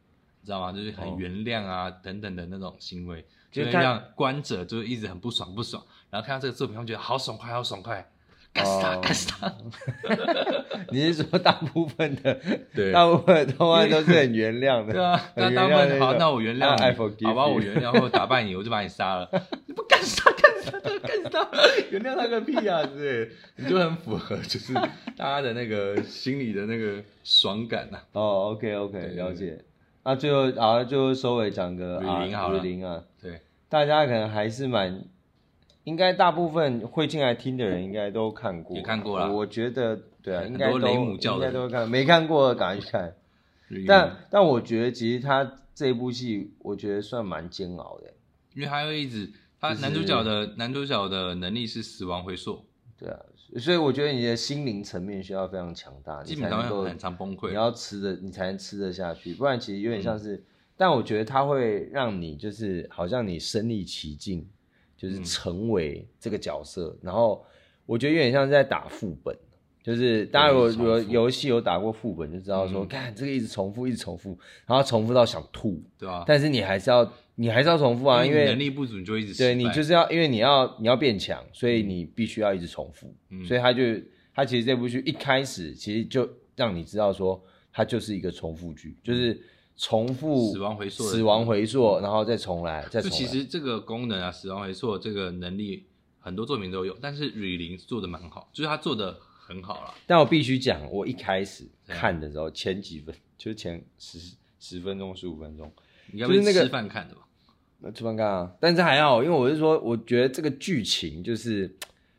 S1: 你知道吗？就是很
S2: 哦
S1: 原谅啊、等等的那种行为，
S2: 就
S1: 就是会
S2: 他
S1: 让观者就是一直很不爽不爽，然后看到这个作品，他们觉得好爽快，好爽快，干死他，
S2: 哦
S1: 干死他。
S2: 你是说大部分的
S1: 对
S2: 大部分的动漫都是很原谅的？
S1: 对啊，
S2: 很
S1: 那大
S2: 呃原谅
S1: 部分
S2: 种
S1: 好，那我原谅
S2: 啊 I
S1: 你，
S2: forgive
S1: 好吧，
S2: you
S1: 我原谅或者打败你，我就把你杀 了。你不干死他，干死他，干死他，原谅他个屁啊！之类的，你就很符合就是大家的那个心里的那个爽感呐、啊。
S2: 哦，OK OK，
S1: 对
S2: 了解。那最后啊，最后收尾讲个
S1: 雨
S2: 啊，
S1: 林好了
S2: 雨林啊，
S1: 对，
S2: 大家可能还是蛮，应该大部分会进来听的人应该都看过，
S1: 也看过啦
S2: 我觉得对啊，
S1: 很
S2: 应
S1: 多
S2: 该都
S1: 雷姆教
S2: 应
S1: 的
S2: 该都会看，没看过的赶快 去看。但但我觉得其实他这部戏，我觉得算蛮煎熬的，
S1: 因为他会一直，他
S2: 就是
S1: 男主角的男主角的能力是死亡回溯，
S2: 对啊，所以我觉得你的心灵层面需要非常强大，
S1: 基
S2: 你
S1: 本
S2: 才
S1: 上
S2: 能够
S1: 会嗯很常崩
S2: 你
S1: 溃。
S2: 要吃的，你才能吃得下去，不然其实有点像是，但我觉得它会让你就是好像你身临其境，就是
S1: 嗯
S2: 成为这个角色，然后我觉得有点像是在打副本，就是大家如果
S1: 重复嗯
S2: 如果游戏有打过副本，就知道说，看、这个一直重复，一直重复，然后重复到想吐，
S1: 对吧、
S2: 但是你还是要你还是要重复啊，
S1: 嗯
S2: 因
S1: 你能
S2: 为
S1: 力不足，你就会一直失败
S2: 对你就是要因为你要你要变强，所以你必须要一直重复。
S1: 嗯
S2: 所以他就他其实这部剧一开始其实就让你知道说，它就是一个重复剧，就是重复
S1: 死亡回溯的
S2: 死亡回溯，然后再重来，再
S1: 就
S2: 重
S1: 其
S2: 来。
S1: 实这个功能啊，死亡回溯这个能力，很多作品都有，但是吕林做的蛮好，就是他做的很好啦。
S2: 但我必须讲，我一开始
S1: 怎样
S2: 看的时候，前几分就是前十十分钟、十五分钟，
S1: 你该不会
S2: 就是那个
S1: 吃饭看的吧？
S2: 那吃饭干啊？但是还好，因为我是说，我觉得这个剧情就是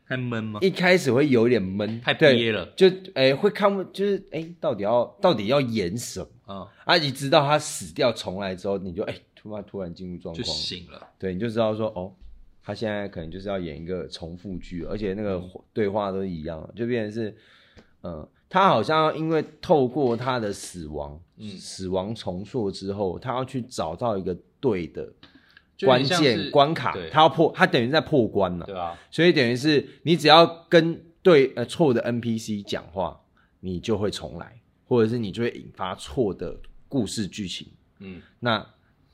S1: 太闷吗？
S2: 一开始会有点闷，
S1: 嗯太
S2: 对
S1: 憋了，
S2: 就哎、会看不就是哎、到底要到底要演什么？
S1: 嗯，
S2: 啊，你直到他死掉重来之后，你就哎、突然突然进入状
S1: 就
S2: 况，
S1: 醒了，
S2: 对，你就知道说哦，他现在可能就是要演一个重复剧，而且那
S1: 嗯
S2: 个对话都一样，就变成是，呃，他好像要因为透过他的死亡，
S1: 嗯
S2: 死亡重塑之后，他要去找到一个对的
S1: 就有
S2: 关
S1: 点像
S2: 键
S1: 是
S2: 关卡
S1: 对，
S2: 他要破，他等于在破关了、
S1: 对啊吧？
S2: 所以等于是你只要跟对呃错的 NPC 讲话，你就会重来，或者是你就会引发错的故事剧情。
S1: 嗯，
S2: 那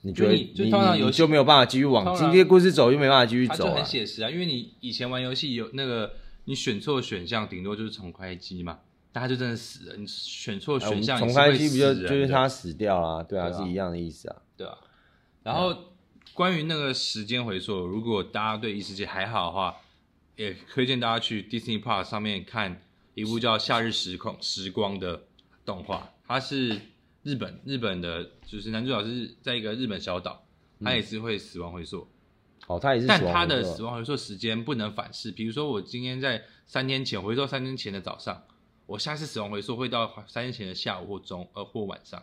S2: 你
S1: 就
S2: 觉得
S1: 你就
S2: 你
S1: 通常
S2: 你
S1: 游
S2: 你
S1: 戏
S2: 就没有办法继续往
S1: 通
S2: 今
S1: 常
S2: 天故事走，又没办法继续
S1: 它
S2: 走
S1: 就很
S2: 啊？
S1: 写实啊，因为你以前玩游戏有那个你选错选项，顶多就是重开机嘛，但他就真的死了。你选错
S2: 哎我
S1: 选
S2: 们
S1: 项，
S2: 重开机不就
S1: 你是会死人
S2: 就
S1: 的
S2: 是他死掉啦？对啊，
S1: 对啊
S2: 是一样的意思啊。
S1: 对啊。然后关于那个时间回溯，如果大家对异世界还好的话，也推荐大家去 Disney Park 上面看一部叫《夏日时空时光》的动画，它是日本日本的，就是男主角是在一个日本小岛，他也是会死亡回溯。
S2: 哦，他也嗯是
S1: 但
S2: 死亡
S1: 他
S2: 回
S1: 的
S2: 溯啊
S1: 死亡回溯时间不能反噬。比如说，我今天在三天前回溯三天前的早上，我下次死亡回溯会到三天前的下午或中呃或晚上，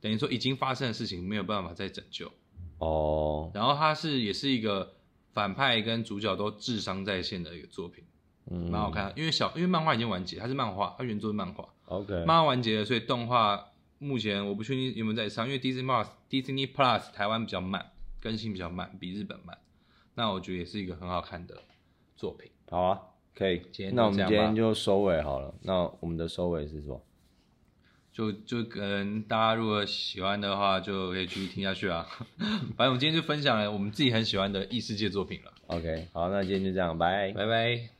S1: 等于说已经发生的事情没有办法再拯救。
S2: 哦，
S1: 然后他是也是一个反派跟主角都智商在线的一个作品，
S2: 嗯，
S1: 蛮好看的。因为小因为漫画已经完结，它是漫画，它原作是漫画，
S2: OK，
S1: 漫画完结了，所以动画目前我不确定有没有在上，因为 Disney Plus Disney Plus 台湾比较慢，更新比较慢，比日本慢。那我觉得也是一个很好看的作品。
S2: 好啊，可以
S1: 今天。就
S2: 那我们
S1: 这样
S2: 今
S1: 吧
S2: 天就收尾好了。那我们的收尾是什么？
S1: 就就跟大家如果喜欢的话，就可以继续听下去啊。 反正我们今天就分享了我们自己很喜欢的异世界作品了，
S2: OK，好，那今天就这样，拜。
S1: 拜拜。